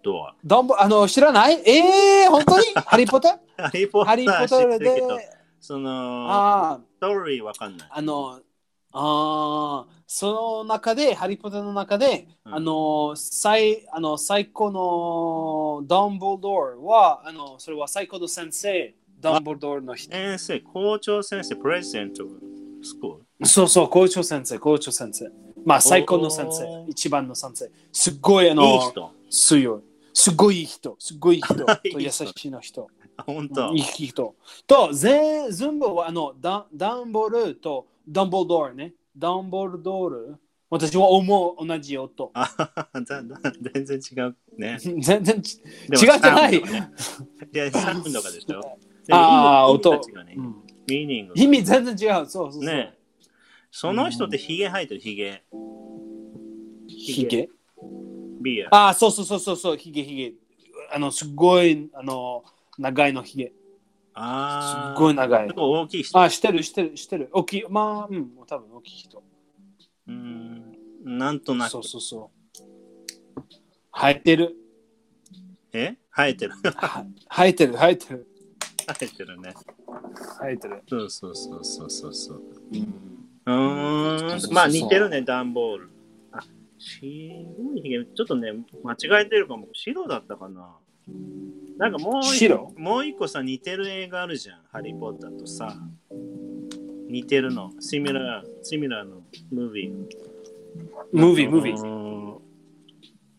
S2: ドア。
S1: ダンボあの、知らないええー、本 当にハリー・ポッター
S2: ハリー・ポ
S1: ハ
S2: ッ
S1: リ
S2: タ
S1: ー・
S2: ー
S1: ポ
S2: は
S1: ッター
S2: 知ってる
S1: で、
S2: けど、その、
S1: あ
S2: ストーリーわかんない
S1: あ、。あの、ああ、その中で、ハリー・ポッターの中で、
S2: うん
S1: あの、最、あの、最高のダンボルドールは、あの、それは最高の先生、ダンボルドールの人。
S2: 先生、校長先生、プレゼント、スクール。
S1: そうそう、校長先生、校長先生。まあ、最高の先
S2: お
S1: 生、
S2: ー
S1: 一番の先生。すっごい、あの、
S2: いい人。
S1: 強い。すごいいい人、すごいいい人、と
S2: いい
S1: 優
S2: 人
S1: しいの人。
S2: あ本当。
S1: いい人。と、全全部はあのダンダンボールとダンボルドールね。ダンボルドール。私は思う同じ音。
S2: あだだ全然違うね。
S1: 全然ち
S2: でも
S1: 違ってない
S2: サウンドがねいや、サウンドがでしょ。
S1: ああ、
S2: で
S1: 音
S2: も意味が違うね。
S1: うん
S2: ミーニング
S1: 意味全然違う。そうそうそう。
S2: が。ね。その人ってヒゲ生えてるヒゲ。
S1: ヒゲ。
S2: ビア。
S1: ああ、そうそうそうそうそう。ヒゲヒゲ。あの、すごい、あの、長いのヒゲ。す
S2: ああ。
S1: っごい長い
S2: す。ごい大きい人。
S1: ああ、してる、してる、してる。大きい。まあ、うん、多分大きい人。
S2: うん。なんとなく
S1: そう。そうそう。生えてる。
S2: え生えてる。
S1: は生えてる、生えてる。
S2: 生えてるね。
S1: 生えてる。
S2: そうそうそうそうそうそう。
S1: うん
S2: う
S1: そうそう
S2: ー
S1: そ
S2: ん。
S1: う
S2: まあ似てるね、段ボール。あ、白いひげ。ちょっとね、間違えてるかも。白だったかな。なんかもう一
S1: 白
S2: もう一個さ、似てる映画あるじゃん。ハリー・ポッターとさ。似てるの。シミラー、シミラーのムービー。
S1: ムービー、ムービー。
S2: ー。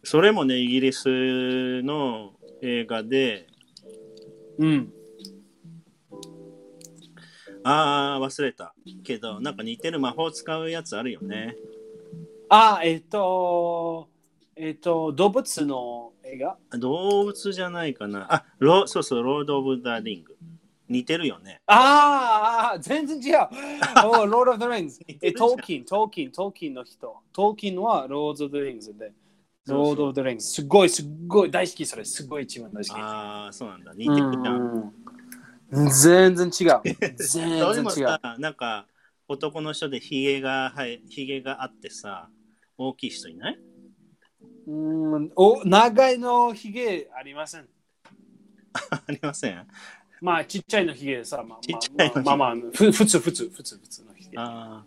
S2: それもね、イギリスの映画で、
S1: うん。
S2: ああ、忘れた。けど、なんか似てる魔法使うやつあるよね。
S1: あ、えっ、と、えっ、と、動物の映画
S2: 動物じゃないかな。あ、ロそうそう、ロード・オブ・ザ・リング。似てるよね。
S1: あーあー、全然違う。おロー ド・オブ・ザ・リングズ
S2: 似。て
S1: え、
S2: るじゃん
S1: トーキン、トーキン、トーキンの人。トーキンはロード・オブ・ザ・リングズで。ロード・オブ・ド・レイングすごいすごい大好きそれすごい一番大好き
S2: ああ、そうなんだ。似てるじゃん。
S1: うん全然違 う全
S2: どう
S1: 然
S2: でも
S1: 違う
S2: さ、なんか男の人でヒゲが、はい、ヒゲがあってさ、大きい人いない
S1: うんお長いのひげありません
S2: ありません。
S1: まあちっちゃいのひげでさまあ
S2: ちっちゃいの髭
S1: まあまあまあふ普通普通普通普通のひ
S2: あ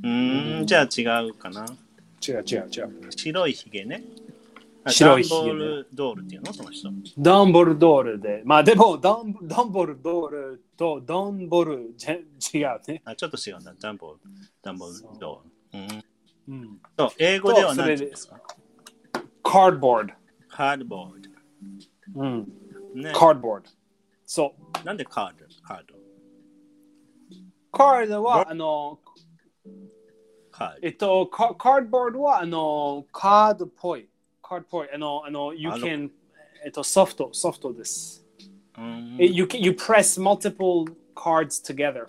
S2: ーうーん、じゃあ違うかな。
S1: げ違う違う違う
S2: 白いヒゲね。あ
S1: 白いヒゲね
S2: ダンボールドールっていうのその人。
S1: ダンボルドールでまあでもダンダンボルドールとダンボルじゃ違うね
S2: あ、ちょっと違うんだ。ダンボール、ダンボールドール。うん、
S1: うん
S2: そう、英語では
S1: そう
S2: 何
S1: それで
S2: て言うんですか
S1: カードボード
S2: カードボー
S1: うん
S2: ド。ね、
S1: カードボードそう
S2: なんでカードカード
S1: カード
S2: ロ
S1: は、あの、
S2: カード。
S1: えっと、カカードボードは、あの、カードっぽい。カードっぽい。あの、あの、you
S2: あの
S1: can、えっと、ソフト、ソフトです。
S2: うーん
S1: え you, can, you press multiple cards together
S2: あー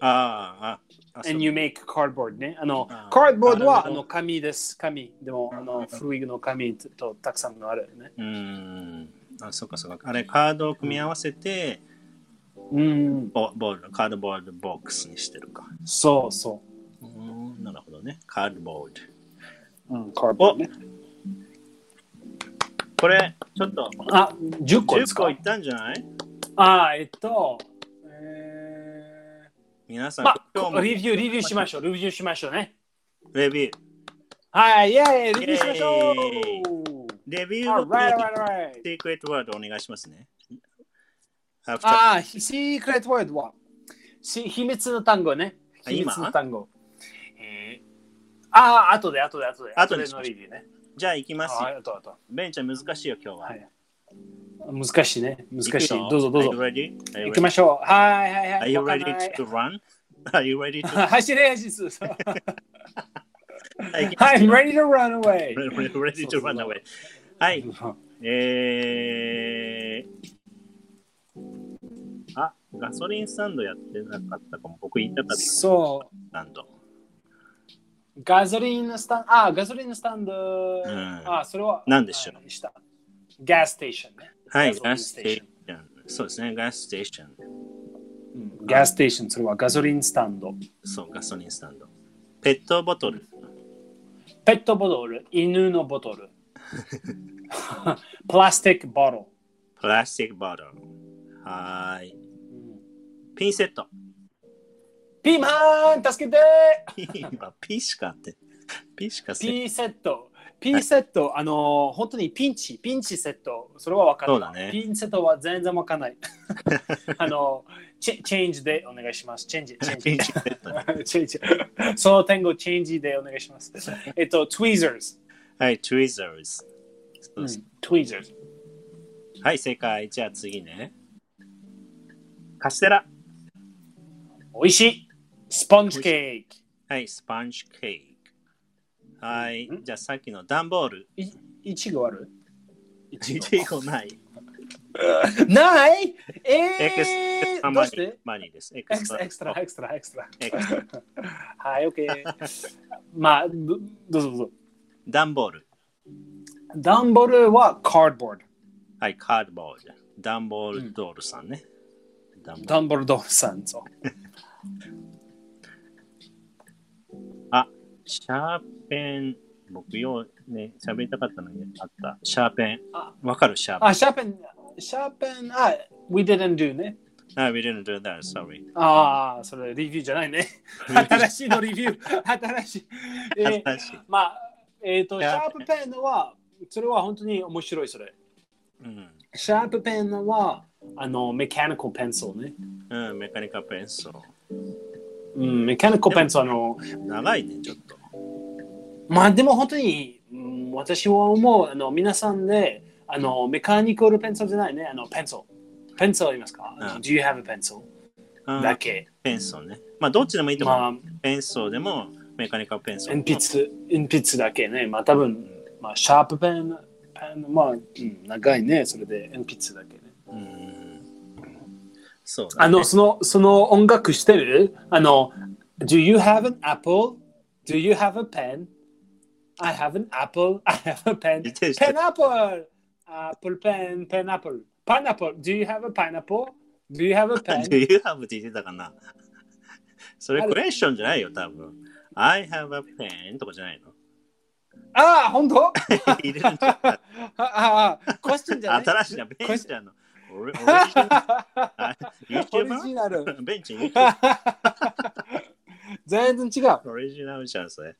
S2: あ、あ、そう
S1: and you make cardboard ね。あの
S2: あ、ー
S1: カードボードは、
S2: な
S1: あ
S2: るほど
S1: の、紙です。紙。でも、あの、古いの紙ととたくさんのあるよね。
S2: うーん。あ、そっかそっか。あれ、カードを組み合わせて、
S1: うん、
S2: ボボール、カードボールボックスにしてるか。
S1: そうそう
S2: ーん、なるほどね。カードボール。
S1: う。うん、カードボードね。
S2: これ、ちょっと、
S1: あ、10個です
S2: 10個
S1: か
S2: いったんじゃない
S1: あ、えっと、えー
S2: 皆さん、
S1: まあ、
S2: 今日も
S1: レビュー、レビューしましょう、レビューしましょうね。
S2: レビュー。
S1: はい、イェーイ、レビューしましょう
S2: イレビュー
S1: !Alright,
S2: の時に
S1: alright, alright.
S2: シークレットワードお願いしますね。After-
S1: ああ、シークレットワードは、し秘密の単語ね。
S2: あ
S1: 秘
S2: 今
S1: 密の単語。えーああ、後で、後で、後で。
S2: 後
S1: 後
S2: で
S1: で
S2: しま
S1: の
S2: しょう
S1: レビューね。
S2: じゃあ行きます
S1: あ
S2: よ。
S1: あとあと。
S2: ベンちゃん難しいよ今日は。
S1: はい難しいね。難しい。
S2: 行くよ
S1: どうぞどうぞ。
S2: Are you ready?
S1: 行きましょう。はいはいは
S2: Are
S1: い。
S2: you
S1: わかん
S2: ready
S1: ない
S2: to run? Are you ready to
S1: 走れ、走れ。
S2: はい行きます
S1: I'm ready to run away.
S2: ready to run away? はい。えー、あ、ガソリンスタンドやってなかったかも。僕言いたかったス
S1: そう。
S2: タンド。
S1: ガソリンのスタンド、あ、ガソリンのスタンド、あ、それは
S2: なんでしょう
S1: うした。ガスステーションね。
S2: はい、
S1: ガソリ
S2: ガ
S1: ン
S2: ス
S1: ス
S2: ス
S1: テー
S2: テ
S1: シ
S2: ーション。そうですね、ガスステーション。
S1: ガスステーション、それはガソリンスタンド。
S2: そう、ガソリンスタンド。ペットボトル。
S1: ペットボトル、犬のボトル。プラスティックボト
S2: プラスティックボトル。はーい。
S1: ル。うん
S2: ピンセット。
S1: ピーマン、助けて
S2: 今、ピしかあって。ピしかセット。
S1: ピーセット。ピーセット、あのー、本当にピンチ、ピンチセット。それは分かんない。
S2: そうだね
S1: ピンセットは全然分かんない。 あのー、チェチェンジでお願いします。チェンジ、チェン
S2: ピン
S1: ジ。
S2: チセット ね。
S1: チェンジその単語チェンジでお願いし ます。えっと、tweezers。
S2: はい、トゥイザーズ。そうです
S1: tweezers。
S2: はい、正解。じゃあ次ね。カステラ。
S1: おいしい。スポンジケーキ。
S2: はい、スパンジケーキ。はい、じゃあさっきの段ボール。
S1: いいちごあるい
S2: いちごない。
S1: ない
S2: エクス
S1: え
S2: エクスト
S1: ー、ど
S2: ラ
S1: う
S2: マニ
S1: して
S2: ーマニーです。エク
S1: エ
S2: ス
S1: クス
S2: トラ。
S1: エクストラ、エクストラ、エクストラ。
S2: エクストラ
S1: はい、オッケー。まあ、どどうぞどうぞ。
S2: 段ボール。
S1: ダンボールはカードボード。
S2: はい、カードボール。段ボールドールさんね。段ボール
S1: ダンボールドールさんぞ。
S2: あ、シャーペン。僕ようね、喋りたかったのにあった。シャーペン
S1: あ。
S2: わかるシャーペン。
S1: あ、シャーペン、シャーペン、あ、we didn't do ね。
S2: あ、we didn't do that, sorry.
S1: ああ、それレビューじゃ ないね。新しいのレビュー。新しい。えー
S2: 新しい
S1: まあ、えっ、と、
S2: い
S1: シ
S2: や
S1: ャープペンは、それは本当に面白いそれ。
S2: うん。
S1: シャープペンは、あの、メカニカルペンソルね。
S2: うん、メカニカペンソ
S1: うん、メカニカルペンソルの、
S2: ー。長いね、ちょっと。
S1: まあでも本当に、うん、私は思う、あの、皆さんで、あの、メカニカルペンソルじゃないね、あの、ペンソル。ペンソルありますか、
S2: うん
S1: ?Do you have a pencil?
S2: うん
S1: だけ。
S2: ペンソーね。まあ、どっちでもいいと思う。
S1: まあ、
S2: ペンソーでも、メカニカペンソー。
S1: 鉛。筆、鉛筆だけね、まあ多分、まあシャープペン、ペンまあ、うん、長いね、それで鉛筆だけね。
S2: うん。そうだ、
S1: あ
S2: ね。
S1: の、その、その音楽してるあの、Do you have an apple? Do you have a pen? I have an apple. I have a pen.
S2: 言ってるでしょ
S1: Pineapple. Apple pen. Pineapple. Pineapple. Do you have a pineapple? Do you have a pen?
S2: Do you have って言ってたかなそれクエスチョンじゃないよ、多分。I have a pen とかじゃないの。
S1: ああ、本当
S2: 入れるんじゃない
S1: ああ、クエスチョンじゃない。
S2: 新しいな、ベ
S1: こ
S2: ン
S1: い
S2: チなの。オレオレジナ
S1: オ
S2: YouTuber？
S1: リジ ナル。
S2: ル ベンチ YouTuber？
S1: 全然違う。
S2: オリジナルじゃん、それ。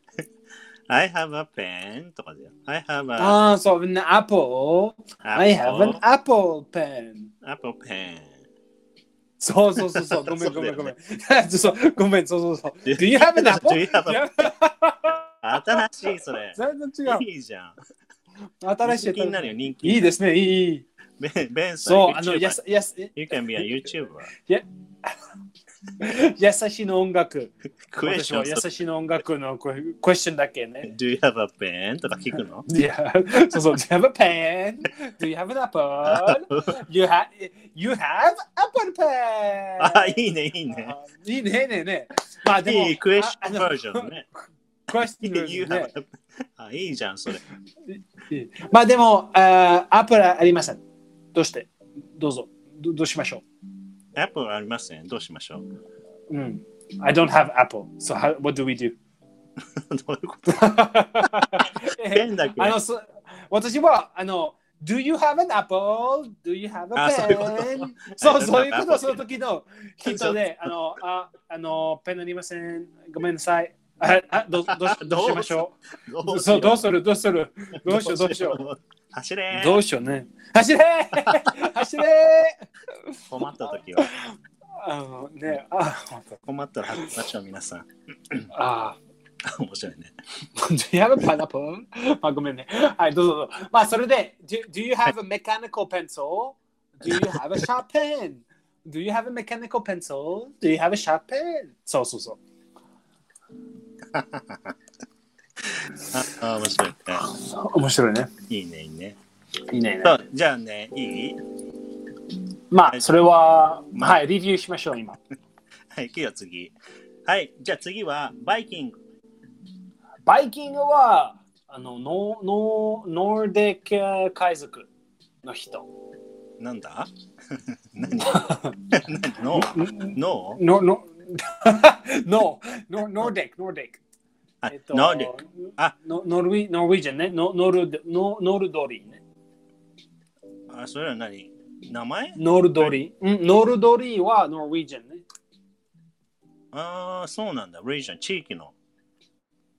S2: I have a pen とかだよ。I have a
S1: ああ、そう、an apple. I have an
S2: apple,
S1: apple pen.
S2: apple pen.
S1: そうそうそう そう、ごめんごめんごめん。 そうそうごめん、そうそうそう。
S2: Do you-
S1: Do you have an apple?
S2: Do you have a-
S1: いや
S2: 新しい、それ。
S1: 全然違う。
S2: いいじゃん。
S1: 新しい。
S2: 人気になるよ、人気。
S1: いいですね、いいいい。
S2: ベンベンさん、
S1: そう、あの、
S2: YouTuber
S1: やさやさ
S2: You can be a YouTuber.
S1: 優しいの音楽。
S2: クエスチョ
S1: 私
S2: ンそ
S1: は
S2: れ
S1: 優しいの音楽のクエクエスチョンだけね。
S2: Do you have a pen? とか聞くの
S1: いや、そうそう、Do you have a pen? Do you have an apple? You have, you have apple pen!
S2: あ、いいね、いいね。
S1: あいいね、いいね、いいね。まあでも、
S2: いいクエスチョン
S1: あ
S2: バージョンね。
S1: あのクエスチョン バージ
S2: You
S1: ョンね
S2: have a... あ、いいじゃん、それ。
S1: まあでも、あーアップルありません。どうしてどうぞど。どうしましょ
S2: Apple ありません。どうしましょう
S1: ううん。I don't have apple. So how, what do we do?
S2: どういうことペンだけ
S1: あのそ私はあの Do you have an apple? Do you have
S2: あ
S1: a
S2: そういうこと
S1: pen? そう
S2: I don't have
S1: そういうこと
S2: apple.
S1: その時のヒントであのああのペンありませんごめんなさいああどうどうしどうしましょ
S2: ど
S1: う
S2: しよ
S1: そうどうするどうするどうしようどうしよう
S2: う。走れ
S1: どうしようね走れ 走れ
S2: 困った時は。
S1: あのねあ本当
S2: 困ったら走りましょう、皆さん。
S1: あ
S2: 面白いね。
S1: Do you have a pineapple? あごめんね。はい、どうぞどうぞ。まあ、それで、do, do you have a mechanical pencil? Do you have a sharp pen? Do you have a mechanical pencil? Do you have a sharp pen? そうそうそう。
S2: あ、あ面白いね。
S1: 面白いね。
S2: いいね、いいね。
S1: いいね。
S2: そう、じゃあね、いい
S1: まあ、それは、はい、レビューしましょう、今。
S2: はい、行くよ、次。はい、じゃあ次は、バイキング。
S1: バイキングは、あの、ノノノルデック海賊の人。
S2: なんだ 何 ノーノー
S1: ノノ ノノノルデック、ノルデック。
S2: あ
S1: えっ、と
S2: ノーリック。あ
S1: ノノルウィノルウィジェンね、ノノルドノノルドリーね。
S2: あ、それは何名前
S1: ノルドリー。うん、ノルドリーはノルウィジェンね。
S2: ああ、そうなんだ。region、地域の。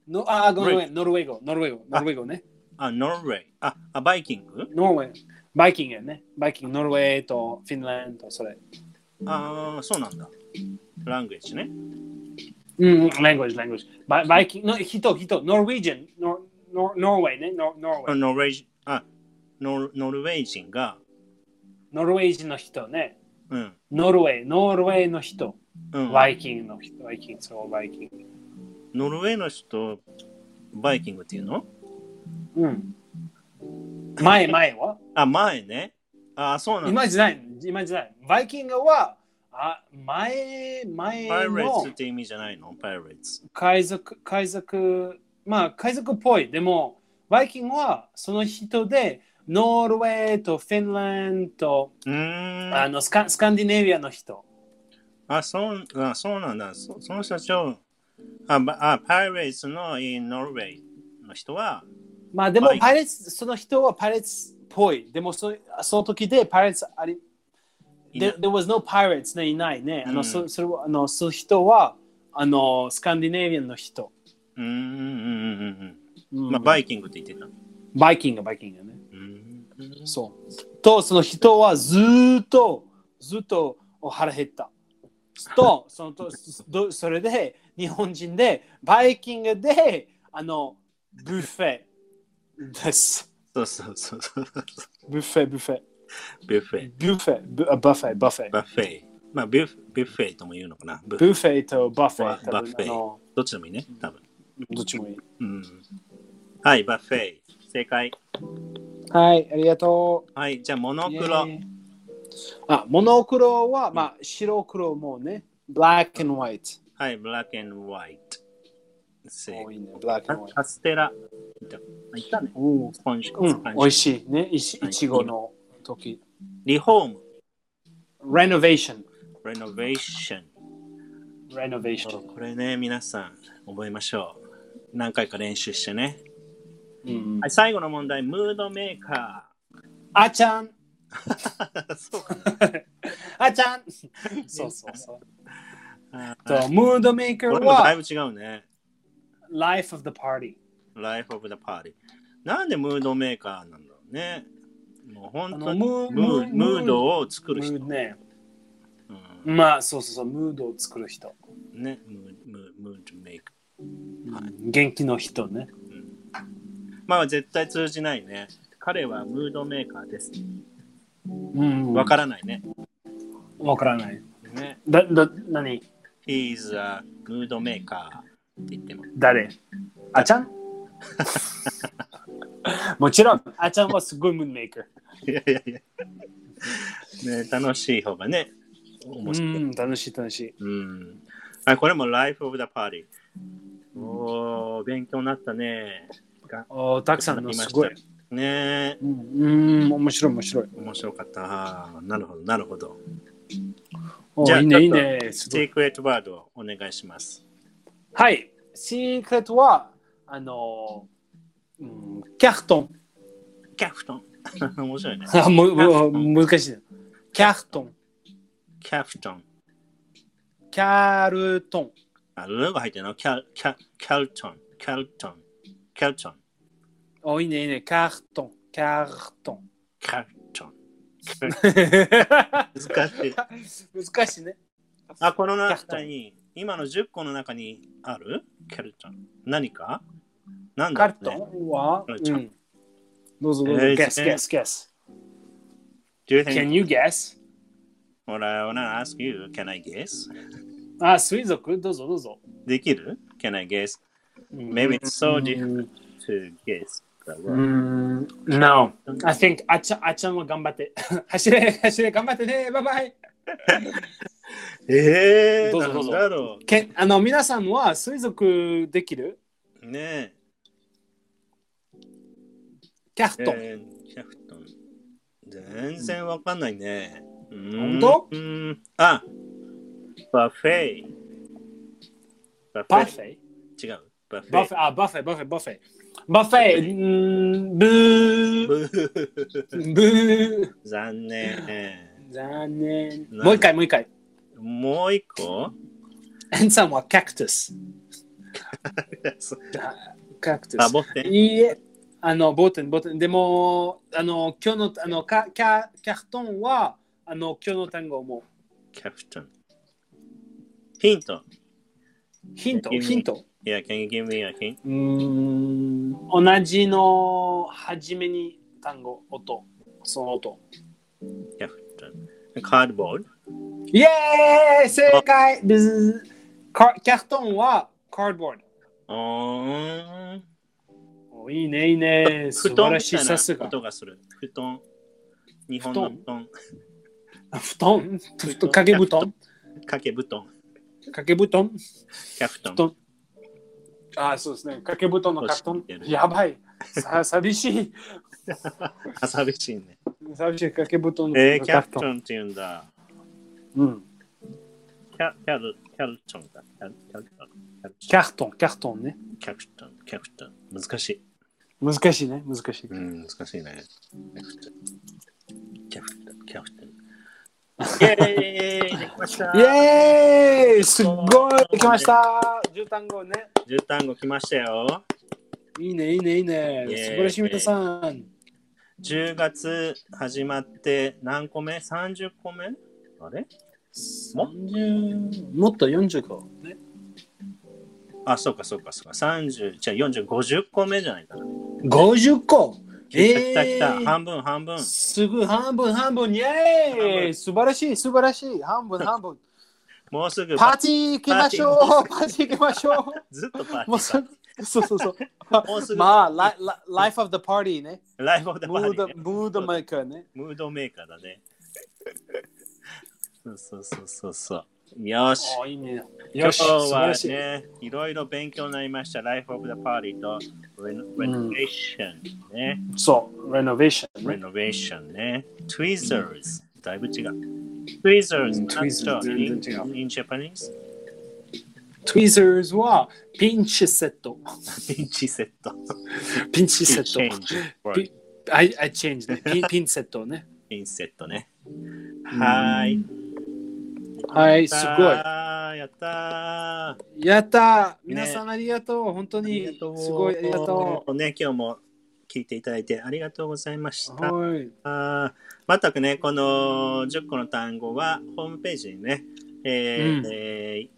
S1: のあー、ごめんごめん、ノルウェー語、ノルウェー語、ノルウェー語ね。
S2: あ、ノルウェー。あ、あバイキング
S1: ノルウェー。バイキングやね。バイキング、ノルウェーとフィンランドとそれ。
S2: ああ、そうなんだ。ラングエッジね。
S1: うん、うんラングージ、ラングージ。バイバイキング、の人、人、ノルウィジェン、ノノノルウェーね、ノノルウェー。
S2: ノルウェージあノル、ノルウェー人が、
S1: ノルウェー人の人ね。
S2: うん。
S1: ノルウェー、ノルウェーの人。
S2: うん、
S1: バイキングの人、バイキング、そう、バイキング。
S2: ノルウェーの人、バイキングっていうの
S1: うん。前、前は
S2: あ、前ね。ああ、そうなんだ。
S1: 今じゃない、今じゃない。バイキングは、あ前、前
S2: パイレー
S1: の
S2: ツって意味じゃないのパイレーツ。
S1: 海賊、海賊、まあ海賊っぽい。でも、バイキングはその人で、ノルウェーとフィンランド
S2: うーん。
S1: あのスカンスカンディネビアの人。
S2: あ、そう、あ、そうなんだ。そその社長、あ、ばあパイレーツのいいノルウェーの人は、
S1: まあでも
S2: バイ
S1: パイレーツ、その人はパイレーツっぽい。でもそその時でパイレーツあり、
S2: いない
S1: there, there was no pirates ね、いないね。あの、
S2: うん
S1: そそれはあのその人はあのスカンディネビアの人。
S2: うーん、うん、うん、うん
S1: う
S2: うんん。まあ、バイキングって言ってた。う
S1: バイキング、バイキングね。
S2: ーん。
S1: そう。と、その人はずーっと、ずーっとお腹減った。と、そのとどそれで、日本人で、バイキングで、あの、ブッフェです。
S2: そうそうそ うそう。
S1: ブッフェ、ブッフェ。
S2: ビュッフェ。
S1: ビュッフェ、ブあバッフェ、バッフェ。
S2: バッフェ。まあ、ビュッフェビュッフェとも言うのかな。ブ
S1: ブッフェとバッフ
S2: バ
S1: ェ。
S2: バッフェ
S1: 多分あの
S2: どっちでもいいね、多分。
S1: どっちもいい。
S2: うん。はい、バッフェ。正解。
S1: はい、ありがとう。
S2: はい、じゃあ、モノクロ
S1: イ。ェーイあ、モノクロは、まあ、白黒もね。black and white。
S2: はい、ブラック and white。せ
S1: 多いね、ブラック
S2: あ
S1: の。
S2: カステラ。いたいたね。
S1: うん
S2: スポンジ、
S1: うん、美味
S2: い。
S1: しいね、いちいちごの時。
S2: リフォーム、
S1: レノベーション。
S2: レノベーション。
S1: レノベーション。
S2: これね、皆さん、覚えましょう。何回か練習してね。
S1: うん
S2: はい、最後の問題、ムードメーカ
S1: あーちゃ ん。
S2: ー。そうか
S1: あーちゃん。そうそうそう。
S2: あー
S1: とムードメーカ
S2: こ
S1: ー
S2: れもだ
S1: は
S2: いぶ違うね。
S1: Life of the Party。
S2: Life of the Party。なんでムードメーカーなんだろうね。もう
S1: あ
S2: 本当
S1: の
S2: に
S1: ムー
S2: ムームード
S1: を
S2: を作る
S1: ム
S2: 人。
S1: ードね。
S2: うん
S1: まあそうそうそう、ムードを作る人。
S2: ね、ムームームードメーカー。
S1: 元気の人ね。
S2: まあ絶対通じないね。彼はムードメーカーです。
S1: うん
S2: わからないね。
S1: わからない。
S2: ね
S1: だ、だ、何
S2: He's a ムードメーカーって言っても。
S1: 誰あ ちゃんもちろん、あちゃんはすごいムードメーカー。
S2: いやいやいや。 ね、楽しい方がね、面白い。
S1: うん、楽しい楽しい。
S2: うん。あ、これも Life of the Party。おー、勉強になったね。が
S1: おたくさんのすごい。。
S2: ねえ、
S1: うん、うん面白い面白い。
S2: 面白かった。あーなるほど、なるほど。
S1: お
S2: じゃあ
S1: いい
S2: ちょ
S1: ね
S2: っと
S1: いいね。すごい
S2: シークレットワードをお願いします。
S1: はい。シークレットは、あの、うん、キャフトン。
S2: キャフトン。面白いね。
S1: あむむ難しいな。キャフトン。
S2: キャフトン。
S1: キャルトン。
S2: あ、ルが入ってるのキャキャキャルトン。キャルトン。キャルトン。
S1: おいいねいいね。キャフトン。キャフトン。
S2: キャルトン。難しい。
S1: 難しいね。
S2: あ、この中に、今の10個の中にあるキャルトン。何かなんだ
S1: カル
S2: ろう、ね、
S1: トンは、
S2: カルトン
S1: うんどうぞどうぞ。
S2: えー
S1: guess,
S2: ね
S1: guess, guess.
S2: Do you think
S1: Can you guess?
S2: What I wanna ask you, can I guess?
S1: あ、水族どうぞどうぞ。
S2: できる Can I guess?
S1: うん
S2: Maybe it's so difficult to guess the
S1: う
S2: word.
S1: ん、No. I think あっちゃんあっちゃんは頑張 って。走れ、走れ、頑張ってね。バイバイ。
S2: え
S1: ど
S2: ー、
S1: うぞどうぞ
S2: なんだろ
S1: けんあの皆さんは水族できる
S2: うね
S1: キャフ
S2: え。
S1: トン。
S2: えーキャプトン。全然わかんないね。
S1: 本
S2: 当うん。あバフェイ。バ
S1: バフェ
S2: ェイ違う。バフェイ。
S1: バフェあ、バフェ、バフェ、バフェ。バフェ、うーんブー、
S2: ブー
S1: ブー。
S2: 残念。
S1: 残念。もう一回、もう一回。
S2: もう一個
S1: エンさんはキャクタス。キャクタ
S2: あ、
S1: ス。
S2: ボッテン。
S1: いいえ、あの、ボーテン、ボーテン。でも、あの、今日の、あの、カキャキャフトンは、あの、今日の単語も。
S2: キャプトン。ヒント。
S1: ヒント、
S2: いいね
S1: ヒント。
S2: Yeah, can you give me a hint?
S1: うーん、同じの初めに単語、音、その音。
S2: キャプトン。カードボール。
S1: イエーイ正解ブズーカキャフトンはカードボード。
S2: うーん。
S1: おいいね、いいね。素
S2: 布
S1: 晴
S2: 団
S1: ら
S2: み
S1: しい、
S2: たい
S1: さ
S2: な
S1: すが。
S2: 音がする。布団。日本の布団。
S1: 布団布団掛け布団
S2: 掛け布団。
S1: 掛け布団
S2: キャプトン
S1: 布。団あ、そうですね。掛け布団のカフトン
S2: 欲しいね。
S1: やばい。さ寂しい。
S2: あ、寂しいね。
S1: 寂しい掛け布団の
S2: えー、キャ
S1: カ
S2: プ
S1: フ
S2: ト
S1: トン。
S2: ンって言うんだ。
S1: うん
S2: キャキャル、キャルトンだ。キャルキャルトン。
S1: キャフトン、キャフトンね。
S2: キャプトン、キャプトン。難しい。
S1: 難しいね、難しい。
S2: うん、難しいね。キャプトン、キャプトン、キャプトン。イェーイできました
S1: イエーイすっごいできました絨毯号ね。
S2: !10 単語来ましたよ。
S1: いいね、いいね、いいね。
S2: イエーイ
S1: 素晴らしい、皆さん。
S2: 10月始まって何個目 ?30 個目あれも
S1: 30もっと40個、ね。
S2: あ、そうかそうかそうか。30、じゃあ40、50個目じゃないかな。
S1: 50個
S2: 来た来た来た、
S1: えー
S2: 半分半分。
S1: すぐ半分半分イエ
S2: 半
S1: ーイ
S2: 分
S1: 素晴らしい素晴らしい半分半 分
S2: もうすぐ
S1: パーティー行きましょうパーティー行きましょ
S2: ずっとパー テ
S1: う
S2: ィ
S1: もう
S2: ー
S1: そ
S2: だ。
S1: そうそうそう
S2: もうすぐ
S1: まあライラライフ・オブ・ザ・パーティー ね
S2: ライブオブダ
S1: ム
S2: パー
S1: ー
S2: ティ
S1: ド
S2: ーね、
S1: ムードメーカーね
S2: ムードメーカーだね。そうそうそうそうそう。よし。
S1: あいいね。
S2: 今
S1: よし、
S2: 日
S1: 素晴
S2: は
S1: らしい。
S2: ね、いろいろ勉強になりました。Life of the Party と Ren-
S1: ん
S2: Renovation ね。
S1: そう、レノベーションね。
S2: Renovation ね。Tweezers。だいぶ違う。Tweezers
S1: うん
S2: なんと
S1: tweezers 全然違
S2: in in Japanese?
S1: トゥイザーズはピンチセット。
S2: ピンチセット。
S1: ピンチセ
S2: チェ
S1: ット。
S2: ンジ。
S1: ピ I, I changed ね。ピンピンセットね。
S2: ピンセットね。はーい。
S1: はい、すごい。
S2: あーやったー。
S1: やったー皆さんありがとう、本当にすごいありがと
S2: う。ね、今日も聞いていただいてありがとうございまし
S1: う。
S2: た。
S1: はい。
S2: あー全くね、この10個の単語はホームページにね、えー
S1: うん
S2: えー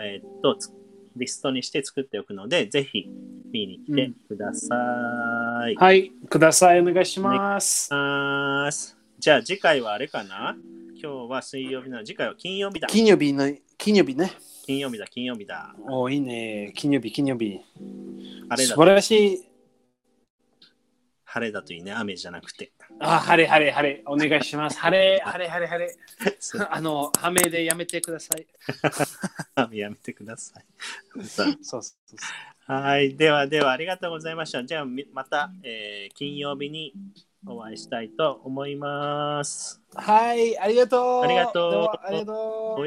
S2: えーっと、つリストにして作っておくので、ぜひ見に来てください。
S1: はい、ください、お願いします。
S2: ますじゃあ次回はあれかな今日は水曜日なの、次回は金曜日だ。
S1: 金曜日の、金曜日ね。
S2: 金曜日だ、金曜日だ。
S1: おいいね。金曜日、金曜日。
S2: 晴れだ
S1: 素、晴らしい。
S2: 晴れだといいね、雨じゃなくて。
S1: あ、晴れ、晴れ、晴れ。お願いします。晴れ、晴れ、晴れ、晴れ。
S2: そう
S1: あの、はめでやめてください。
S2: やめてください。 さ
S1: そうそうそう。
S2: あはい。ではでは、ありがとうございました。じゃあ、みまた、えー金曜日にお会いしたいと思います。
S1: はい、ありがとう。
S2: ありがとう
S1: どもありがとう。
S2: お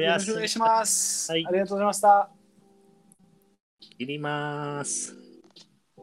S1: よ
S2: や
S1: ろし
S2: す
S1: く
S2: み
S1: お願いします。
S2: はい
S1: ありがとうございました。
S2: 切ります。